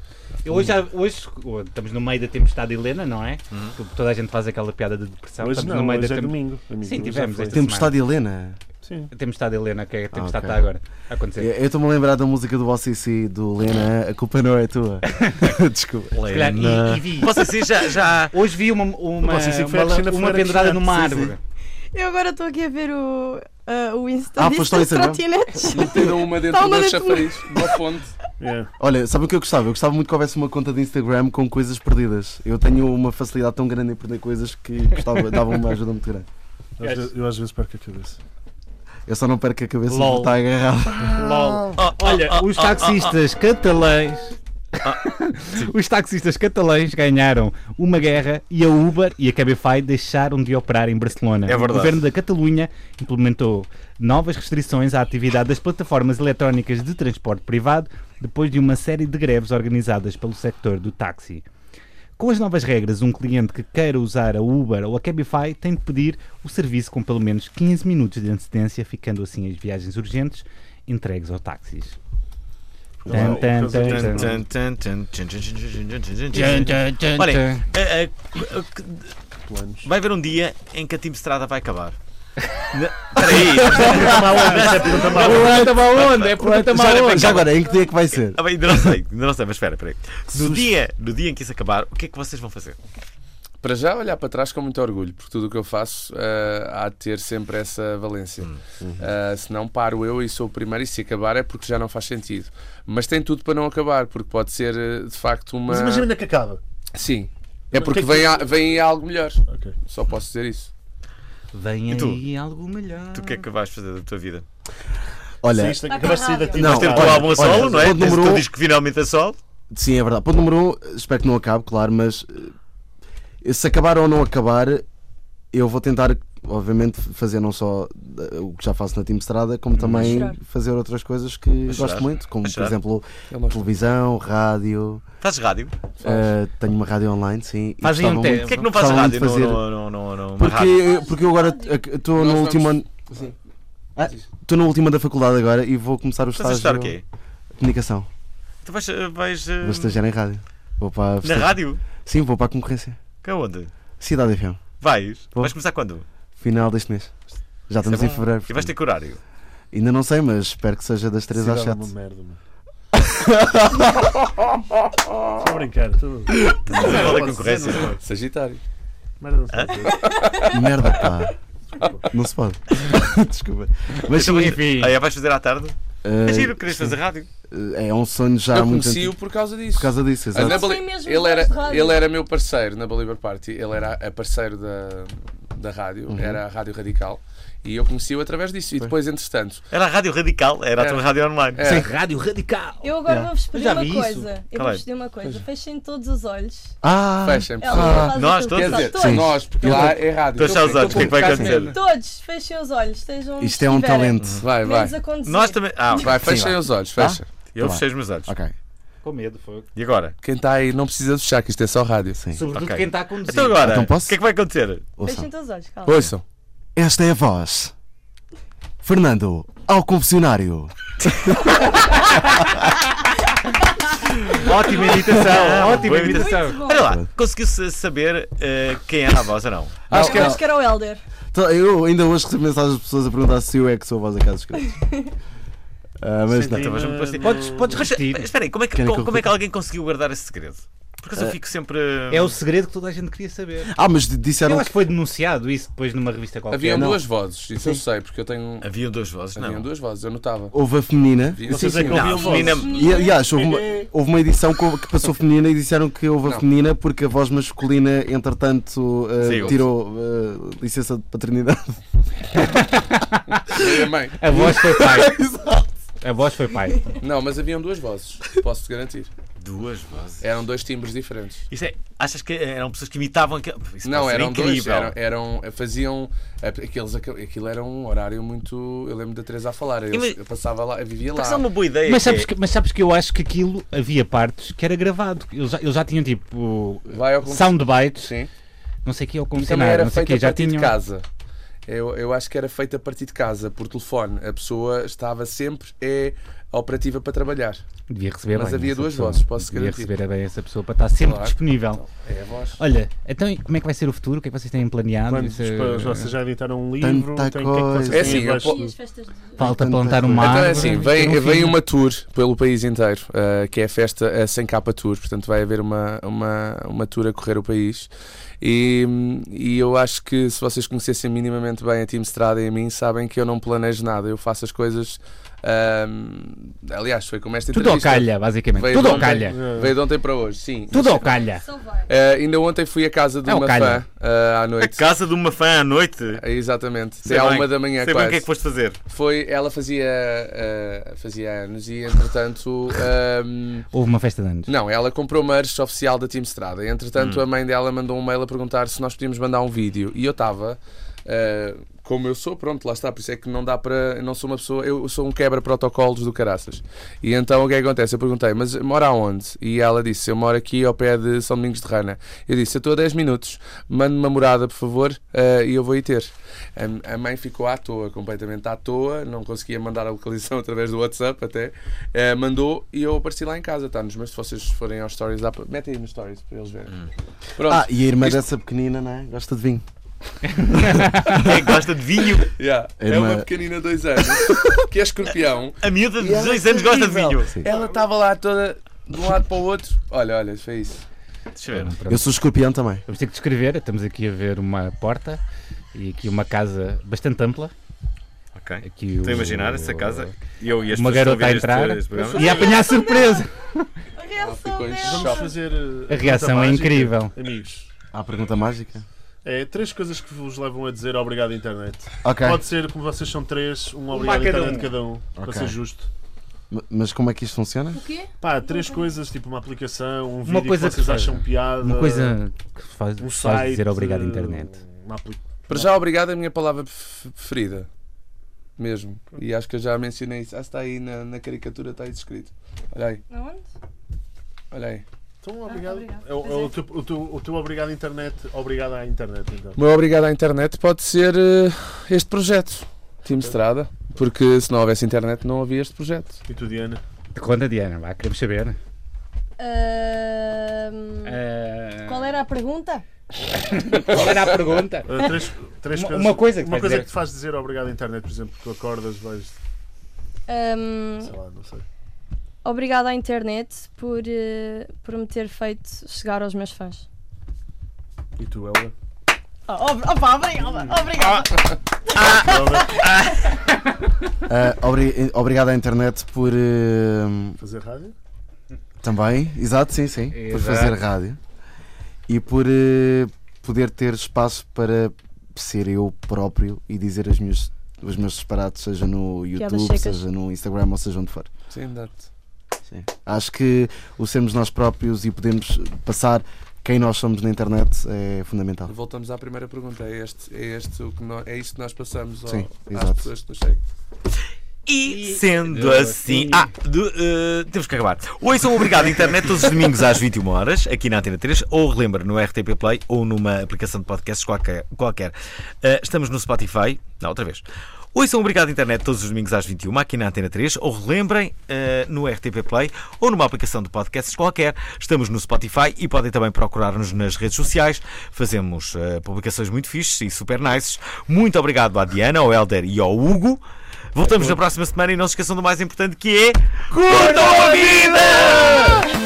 Speaker 2: Eu hoje, já- hoje oh, estamos no meio da tempestade Helena, não é? Que Toda a gente faz aquela piada de depressão.
Speaker 6: Hum. Hoje
Speaker 2: Tá, estamos
Speaker 6: não,
Speaker 2: no meio
Speaker 6: hoje
Speaker 2: da
Speaker 6: é
Speaker 2: tem-
Speaker 6: domingo. amigo,
Speaker 2: Sim,
Speaker 6: hoje já
Speaker 2: tivemos
Speaker 6: foi.
Speaker 2: esta
Speaker 8: Tempestade Helena.
Speaker 6: Sim.
Speaker 2: tempestade Helena, que é a tempestade
Speaker 8: ok.
Speaker 2: está agora a acontecer.
Speaker 8: Eu eu estou-me a lembrar da música do OCC, do Lena, a culpa não é tua. Desculpa.
Speaker 6: É,
Speaker 2: Se calhar, e, e vi.
Speaker 1: Posso assim, já, já.
Speaker 2: Hoje vi uma, uma,
Speaker 6: Posso dizer que foi a
Speaker 2: uma,
Speaker 6: Cristina
Speaker 2: uma
Speaker 6: Ferreira que
Speaker 2: pendurada
Speaker 6: está-
Speaker 2: numa
Speaker 6: sim,
Speaker 2: árvore.
Speaker 4: Eu agora estou aqui a ver o, ah, o Insta
Speaker 8: Ah,
Speaker 4: disto
Speaker 8: foste ao
Speaker 4: das
Speaker 8: Instagram?
Speaker 4: trotinetes.
Speaker 5: Meteram uma dentro
Speaker 4: Toma
Speaker 5: do
Speaker 4: dentro do-
Speaker 5: chafariz, uma fonte.
Speaker 6: É.
Speaker 8: Olha, sabe o que eu gostava? Eu gostava muito que houvesse uma conta de Instagram com coisas perdidas. Eu tenho uma facilidade tão grande em perder coisas que gostava, dava uma ajuda muito grande.
Speaker 6: Às ve- Eu às vezes perco a cabeça.
Speaker 8: Eu só não perco a cabeça
Speaker 2: Lol.
Speaker 8: porque está agarrado.
Speaker 2: LOL.
Speaker 1: Oh, oh,
Speaker 2: Olha,
Speaker 1: oh,
Speaker 2: os
Speaker 1: oh,
Speaker 2: taxistas catalães.
Speaker 1: Ah,
Speaker 2: os taxistas catalães ganharam uma guerra e a Uber e a Cabify deixaram de operar em Barcelona.
Speaker 1: É verdade.
Speaker 2: O governo da Catalunha implementou novas restrições à atividade das plataformas eletrónicas de transporte privado depois de uma série de greves organizadas pelo sector do táxi. Com as novas regras, um cliente que queira usar a Uber ou a Cabify tem de pedir o serviço com pelo menos 15 minutos de antecedência, ficando assim as viagens urgentes entregues ao táxis. Tan,
Speaker 6: Por
Speaker 2: tan,
Speaker 6: causa disso,
Speaker 2: tan,
Speaker 6: não.
Speaker 1: oh. Olhem,
Speaker 2: Olhem,
Speaker 1: a- a- a- que-
Speaker 6: Planos.
Speaker 1: vai haver um dia em que a Team Strada vai acabar. Espera aí.
Speaker 2: Pergunta má onda, é pergunta má
Speaker 1: Já-
Speaker 2: onda.
Speaker 8: Já agora, em que dia é que vai ser?
Speaker 1: Ah, bem, Ainda não sei, ainda não sei, mas espera, espera aí. No dia, no dia em que isso acabar, o que é que vocês vão fazer?
Speaker 5: para já olhar para trás com muito orgulho, porque tudo o que eu faço eh, há de ter sempre essa valência.
Speaker 3: Hum, uhum.
Speaker 5: Eh, se não paro eu e sou o primeiro, e se acabar é porque já não faz sentido. Mas tem tudo para não acabar, porque pode ser eh, de facto uma.
Speaker 9: Mas imagina que acaba.
Speaker 5: Sim. É
Speaker 9: Mas
Speaker 5: porque
Speaker 9: o que é que-
Speaker 5: vem, a- vem algo melhor.
Speaker 9: Ok.
Speaker 5: Só posso dizer isso.
Speaker 2: Vem
Speaker 1: tu?
Speaker 2: aí algo melhor.
Speaker 1: Tu o que é que vais fazer da tua vida?
Speaker 3: Olha,
Speaker 9: Saíste, acabaste de sair daqui.
Speaker 3: Não,
Speaker 1: Vais ter o teu
Speaker 3: olha,
Speaker 1: álbum a
Speaker 3: olha,
Speaker 1: solo, não é?
Speaker 3: ponto
Speaker 1: Tens o
Speaker 3: número
Speaker 1: teu
Speaker 3: um.
Speaker 1: disco finalmente a solo.
Speaker 3: Sim, é verdade. Ponto número um, espero que não acabe, claro, mas eh, se acabar ou não acabar, eu vou tentar, obviamente, fazer não só eh, o que já faço na Team Estrada,
Speaker 5: Uhum.
Speaker 3: como também
Speaker 4: chorar.
Speaker 3: fazer outras coisas que
Speaker 1: chorar.
Speaker 3: gosto muito, como
Speaker 1: A
Speaker 3: por
Speaker 1: chorar.
Speaker 3: exemplo
Speaker 5: Ele não-
Speaker 3: televisão, rádio.
Speaker 1: Fazes rádio?
Speaker 3: eh, tenho uma rádio online, sim. e
Speaker 2: Fazem
Speaker 3: gostava
Speaker 2: um teste.
Speaker 3: muito-
Speaker 1: Porquê é que não fazes
Speaker 3: gostava
Speaker 1: rádio?
Speaker 3: muito de
Speaker 1: Não,
Speaker 3: fazer-
Speaker 1: não, não, não, não, uma rádio.
Speaker 3: Porque, eh, porque eu agora estou
Speaker 5: Nós
Speaker 3: no último ano.
Speaker 5: vamos-
Speaker 3: Ah, Estou no último ano da faculdade agora e vou começar o
Speaker 1: Estás a estudar
Speaker 3: estágio
Speaker 1: o quê?
Speaker 3: de comunicação.
Speaker 1: Tu vais. vais eh,
Speaker 3: Vou estagiar em rádio. Vou para a
Speaker 1: na
Speaker 3: festa-
Speaker 1: rádio?
Speaker 3: Sim, vou para a concorrência.
Speaker 1: Que é onde?
Speaker 3: Cidade FM.
Speaker 1: Vais?
Speaker 3: Vou.
Speaker 1: Vais começar quando? é
Speaker 3: Final deste mês. Já estamos em fevereiro.
Speaker 1: E vais ter que horário?
Speaker 3: portanto. Ainda não sei, mas espero que seja das 3 às
Speaker 6: Cidade é
Speaker 3: 7.
Speaker 6: uma merda, mano. Estou a brincar, estou
Speaker 1: Qual é a concorrência?
Speaker 5: Sagitário.
Speaker 6: Merda, não sei dizer.
Speaker 3: Merda, pá. Não se pode. Desculpa. Mas
Speaker 1: Então,
Speaker 3: sim,
Speaker 2: Enfim.
Speaker 1: Aí vais fazer à tarde?
Speaker 3: eh,
Speaker 1: É giro, querias fazer rádio?
Speaker 3: é um sonho já
Speaker 5: eu
Speaker 3: muito
Speaker 5: conheci-o
Speaker 3: antigo.
Speaker 5: por causa disso.
Speaker 3: Por causa disso,
Speaker 5: A
Speaker 3: exato.
Speaker 5: Nabali-
Speaker 4: Sim, mesmo,
Speaker 5: ele, era,
Speaker 4: gosto de rádio.
Speaker 5: ele era meu parceiro na Belieber Party, ele era a parceiro da, da rádio,
Speaker 3: Uhum.
Speaker 5: era a Rádio Radical, e eu conheci-o através disso. E depois, entretanto,
Speaker 1: Era a rádio radical, era a tua
Speaker 5: É.
Speaker 1: rádio online.
Speaker 5: é,
Speaker 2: Rádio Radical.
Speaker 4: Eu agora
Speaker 3: Yeah.
Speaker 4: vou-vos
Speaker 2: Eu
Speaker 4: pedir
Speaker 2: já
Speaker 4: uma
Speaker 2: vi
Speaker 4: coisa.
Speaker 2: isso.
Speaker 4: Eu
Speaker 1: Calma aí. é.
Speaker 4: vou-vos pedir uma coisa. Fechem todos os olhos.
Speaker 3: Ah,
Speaker 5: fechem, por
Speaker 4: Ela
Speaker 5: favor.
Speaker 4: faz o
Speaker 1: Nós
Speaker 4: teu-
Speaker 1: todos?
Speaker 5: Quer dizer,
Speaker 4: todos.
Speaker 5: nós, porque
Speaker 3: Eu
Speaker 5: lá é rádio.
Speaker 1: Estou aos olhos, o que é que vai
Speaker 5: Cá
Speaker 1: acontecer?
Speaker 5: mesmo.
Speaker 4: Todos, fechem os olhos, estejam onde
Speaker 3: isto é um
Speaker 4: estiverem.
Speaker 3: talento.
Speaker 5: Vai, vai.
Speaker 4: Menos a conduzir.
Speaker 1: Nós também. Ah,
Speaker 5: Vai, fechem
Speaker 3: vai.
Speaker 5: os olhos, fecha.
Speaker 1: eu
Speaker 3: Tá
Speaker 1: fechei os meus olhos.
Speaker 3: Ok.
Speaker 2: Com medo, foi.
Speaker 1: E agora?
Speaker 5: Quem está aí não precisa fechar, que isto é só rádio.
Speaker 2: Sobretudo
Speaker 1: Ok.
Speaker 2: quem está a conduzir.
Speaker 1: Então agora,
Speaker 3: Então
Speaker 1: o
Speaker 3: posso?
Speaker 1: que é que vai acontecer?
Speaker 3: Ouçam.
Speaker 4: Fechem todos os olhos, calma.
Speaker 5: Ouçam.
Speaker 3: Esta é a voz. Fernando, ao confessionário.
Speaker 2: Ótima imitação, Ah, ótima
Speaker 1: boa imitação.
Speaker 2: imitação.
Speaker 4: Muito bom.
Speaker 1: Olha lá, conseguiu-se saber eh, quem era a voz ou não?
Speaker 5: Acho que é.
Speaker 4: Acho que era o Helder.
Speaker 3: Então, Eu ainda hoje recebo mensagens de pessoas a perguntar se eu é que sou a voz da Casa dos Credos. Ah, mas não.
Speaker 1: Então, mas muito parecido.
Speaker 2: Podes, podes
Speaker 1: Mas,
Speaker 2: repetir.
Speaker 1: mas espera aí, como é que,
Speaker 3: Querem que eu
Speaker 1: como é que
Speaker 3: repita?
Speaker 1: alguém conseguiu guardar esse segredo? Porque eu só fico sempre. eh,
Speaker 2: É o segredo que toda a gente queria saber.
Speaker 3: Ah, mas disseram
Speaker 2: Eu
Speaker 3: que
Speaker 2: acho que foi denunciado isso depois numa revista qualquer.
Speaker 5: Haviam
Speaker 2: Não.
Speaker 5: duas vozes, isso eu sei, porque eu tenho.
Speaker 9: É,
Speaker 1: Haviam duas vozes, não.
Speaker 5: Haviam duas vozes, eu notava.
Speaker 3: houve a feminina.
Speaker 5: Havia-
Speaker 9: Vocês é que
Speaker 1: Não,
Speaker 9: ouviam vozes.
Speaker 1: menina-
Speaker 3: E, aliás, houve uma, houve uma edição que houve- que passou feminina e disseram que houve a
Speaker 5: Não.
Speaker 3: feminina porque a voz masculina, entretanto, eh,
Speaker 1: Saiu.
Speaker 3: tirou eh, licença de paternidade.
Speaker 5: Eu também.
Speaker 2: A voz foi pai. A voz foi pai.
Speaker 5: Não, mas haviam duas vozes, posso-te garantir.
Speaker 1: Duas vozes.
Speaker 5: Eram dois timbres diferentes.
Speaker 1: Isso é, achas que eram pessoas que imitavam aquele. Isso
Speaker 5: Não,
Speaker 1: pode ser
Speaker 5: eram
Speaker 1: incrível.
Speaker 5: dois, eram, eram- faziam aqueles, aquilo era um horário muito, eu lembro da Teresa a falar, eu,
Speaker 1: Ima-
Speaker 5: eu passava lá, eu vivia lá.
Speaker 1: Porque isso é uma boa ideia.
Speaker 2: Mas
Speaker 1: que é-
Speaker 2: sabes, que, mas sabes que eu acho que aquilo havia partes que era gravado. Eles já, eles já tinham tipo
Speaker 5: Vai ao concerto.
Speaker 2: soundbites,
Speaker 5: Sim.
Speaker 2: não sei o que, ou
Speaker 5: E também
Speaker 2: confessionário,
Speaker 5: era
Speaker 2: não sei
Speaker 5: feita
Speaker 2: o que,
Speaker 5: a
Speaker 2: já
Speaker 5: partir de
Speaker 2: tinham.
Speaker 5: casa. Eu, eu acho que era feita a partir de casa, por telefone. A pessoa estava sempre é, operativa para trabalhar.
Speaker 2: Devia receber
Speaker 5: Mas
Speaker 2: bem
Speaker 5: havia
Speaker 2: essa
Speaker 5: duas
Speaker 2: pessoa.
Speaker 5: vozes, posso
Speaker 2: Devia
Speaker 5: garantir.
Speaker 2: receber bem essa pessoa para estar sempre
Speaker 5: Claro.
Speaker 2: disponível.
Speaker 5: É a voz.
Speaker 2: Olha, então e como é que vai ser o futuro? O que é que vocês têm planeado?
Speaker 6: Quando
Speaker 2: Isso, é-
Speaker 6: os- vocês já editaram um livro,
Speaker 3: Tanta
Speaker 6: tem o que é que vocês
Speaker 3: coisa.
Speaker 6: têm
Speaker 5: É assim, eu
Speaker 6: abaixo
Speaker 5: po-
Speaker 4: E
Speaker 6: do-
Speaker 4: as festas de...
Speaker 2: Falta
Speaker 3: Tanta
Speaker 2: plantar
Speaker 3: coisa.
Speaker 2: uma
Speaker 5: Então
Speaker 2: árvore.
Speaker 5: é assim,
Speaker 2: ter
Speaker 5: vem,
Speaker 2: um
Speaker 5: vem
Speaker 2: filho.
Speaker 5: uma tour pelo país inteiro, eh, que é a festa eh, sem capa tour, portanto vai haver uma, uma, uma tour a correr o país. E, e eu acho que se vocês conhecessem minimamente bem a Team Strada e a mim, sabem que eu não planejo nada, eu faço as coisas. ahm, aliás, foi como esta
Speaker 2: Tudo ao
Speaker 5: entrevista.
Speaker 2: calha, basicamente.
Speaker 5: Veio
Speaker 2: Tudo
Speaker 5: de
Speaker 2: ao
Speaker 5: ontem-
Speaker 2: calha.
Speaker 5: Veio de ontem para hoje, sim.
Speaker 2: Tudo ao calha.
Speaker 4: Só vai.
Speaker 5: Eh, ainda ontem fui à casa de
Speaker 2: É o
Speaker 5: uma
Speaker 2: calha.
Speaker 5: fã eh, à
Speaker 1: A
Speaker 5: noite. É,
Speaker 1: casa de uma fã à noite.
Speaker 5: Exatamente,
Speaker 1: É Sei
Speaker 5: até à
Speaker 1: bem.
Speaker 5: uma da manhã
Speaker 1: Sei bem
Speaker 5: quase.
Speaker 1: o que é que foste fazer.
Speaker 5: Foi, ela fazia, eh, fazia anos e entretanto ehm,
Speaker 2: Houve uma festa de anos.
Speaker 5: Não, ela comprou uma merch oficial da Team Strada.
Speaker 1: Hum.
Speaker 5: Entretanto, a mãe dela mandou um mail a perguntar se nós podíamos mandar um vídeo. E eu estava. ah, como eu sou, pronto, lá está, por isso é que não dá para. eu Não sou uma pessoa. Eu sou um quebra-protocolos do caraças. E então o que é que acontece? Eu perguntei, mas mora aonde? E ela disse, eu moro aqui ao pé de São Domingos de Rana. Eu disse, eu estou a 10 minutos, mande-me uma morada, por favor, ah, e eu vou ir ter. A, a mãe ficou à toa, completamente à toa, não conseguia mandar a localização através do WhatsApp até. Eh, mandou e eu apareci lá em casa, tá-nos, mas se vocês forem aos stories, dá pra... metem aí nos stories para eles verem. Pronto,
Speaker 3: Ah, e a irmã
Speaker 5: Isto-
Speaker 3: dessa pequenina, não é? Gosta de vinho.
Speaker 1: Quem é que gosta de vinho?
Speaker 5: yeah.
Speaker 3: a
Speaker 5: é
Speaker 3: irmã-
Speaker 5: uma pequenina de 2 anos que é escorpião.
Speaker 1: A miúda de
Speaker 5: E ela
Speaker 1: 16
Speaker 5: é
Speaker 1: anos gosta de
Speaker 5: terrível.
Speaker 1: vinho.
Speaker 5: Ela estava lá toda de um lado para o outro. Olha, olha, foi isso.
Speaker 1: Deixa eu ver.
Speaker 2: Pronto.
Speaker 3: Eu sou escorpião também.
Speaker 2: Vamos ter que descrever. Estamos aqui a ver uma porta e aqui uma casa bastante ampla.
Speaker 1: Ok.
Speaker 2: Aqui
Speaker 1: Estou a
Speaker 2: o-
Speaker 1: imaginar essa casa. E eu e as
Speaker 2: Uma
Speaker 1: pessoas que
Speaker 2: garota a
Speaker 1: estão
Speaker 2: entrar
Speaker 1: ouvir este- este programa.
Speaker 2: e a apanhar surpresa.
Speaker 4: A reação
Speaker 5: ficou em
Speaker 4: dela.
Speaker 5: choque.
Speaker 6: Vamos fazer. eh,
Speaker 2: A reação
Speaker 6: pergunta
Speaker 2: é
Speaker 6: mágica,
Speaker 2: incrível.
Speaker 6: Amigos,
Speaker 3: Há a pergunta mágica?
Speaker 6: é três coisas que vos levam a dizer obrigado, internet.
Speaker 3: Ok.
Speaker 6: Pode ser, como vocês são três, um obrigado,
Speaker 2: cada
Speaker 6: internet
Speaker 2: um.
Speaker 6: cada um, para
Speaker 3: Ok.
Speaker 6: ser justo.
Speaker 3: M- Mas como é que isto funciona?
Speaker 4: O quê?
Speaker 6: Pá, três coisas, tipo uma aplicação, um vídeo
Speaker 2: coisa
Speaker 6: que vocês
Speaker 2: que seja.
Speaker 6: acham piada.
Speaker 2: Uma coisa que faz,
Speaker 6: um
Speaker 2: faz
Speaker 6: site,
Speaker 2: dizer obrigado à
Speaker 6: eh,
Speaker 2: internet.
Speaker 6: uma apli-
Speaker 5: Para já, obrigado é a minha palavra pref- preferida. Mesmo. E acho que eu já mencionei isso. Ah, está aí na, na caricatura, está aí descrito. Olha aí,
Speaker 4: Aonde?
Speaker 5: olha aí.
Speaker 6: Então, obrigado.
Speaker 4: obrigado.
Speaker 6: É o, é o teu, o teu- o teu obrigado, internet. Obrigado à internet, então.
Speaker 5: O meu obrigado à internet pode ser eh, este projeto, Team Estrada. Porque se não houvesse internet, não havia este projeto.
Speaker 6: E tu, Diana?
Speaker 2: Conta, Diana, vá, queremos saber.
Speaker 1: É.
Speaker 4: Ahm,
Speaker 2: Ah,
Speaker 4: Qual é era a pergunta?
Speaker 2: qual era a pergunta?
Speaker 6: Ah, três, três
Speaker 2: Uma-
Speaker 6: coisas,
Speaker 2: uma coisa que
Speaker 6: uma
Speaker 2: faz
Speaker 6: coisa
Speaker 2: dizer-
Speaker 6: que te faz dizer obrigado à internet, por exemplo, que tu acordas, vais,
Speaker 4: Ahm,
Speaker 6: sei lá, não sei.
Speaker 4: Obrigada à internet por, eh, por me ter feito chegar aos meus fãs.
Speaker 6: E tu, Elba?
Speaker 4: opa, obrigada, obrigada.
Speaker 6: Elba,
Speaker 3: Ah, obri- obrigado à internet por. eh,
Speaker 6: fazer rádio?
Speaker 3: Também, exato, sim, sim. Por
Speaker 2: Exato.
Speaker 3: fazer rádio e por eh, poder ter espaço para ser eu próprio e dizer as minhas, os meus disparates, seja no YouTube,
Speaker 4: secas.
Speaker 3: seja no Instagram ou seja onde for.
Speaker 5: Sim, dá-te.
Speaker 3: Acho que o sermos nós próprios e podemos passar quem nós somos na internet é fundamental.
Speaker 5: Voltamos à primeira pergunta. É, este, é, este o que nó- é isto que nós passamos ao-
Speaker 3: Sim,
Speaker 5: às
Speaker 3: exato.
Speaker 5: pessoas que nos seguem.
Speaker 1: E sendo assim. Ah, do- eh, temos que acabar. Ouçam o Obrigado Internet todos os domingos às 21 horas aqui na Antena 3, ou relembra no RTP Play ou numa aplicação de podcasts qualquer. qualquer. Eh, estamos no Spotify. Não, outra vez. Ouçam o Obrigado Internet todos os domingos às 21 aqui na Antena 3, ou relembrem eh, no RTP Play ou numa aplicação de podcasts qualquer. Estamos no Spotify e podem também procurar-nos nas redes sociais. Fazemos eh, publicações muito fixes e super nices. Muito obrigado à Diana, ao Helder e ao Hugo. Voltamos na próxima semana e não se esqueçam do mais importante que é. Curtam a vida!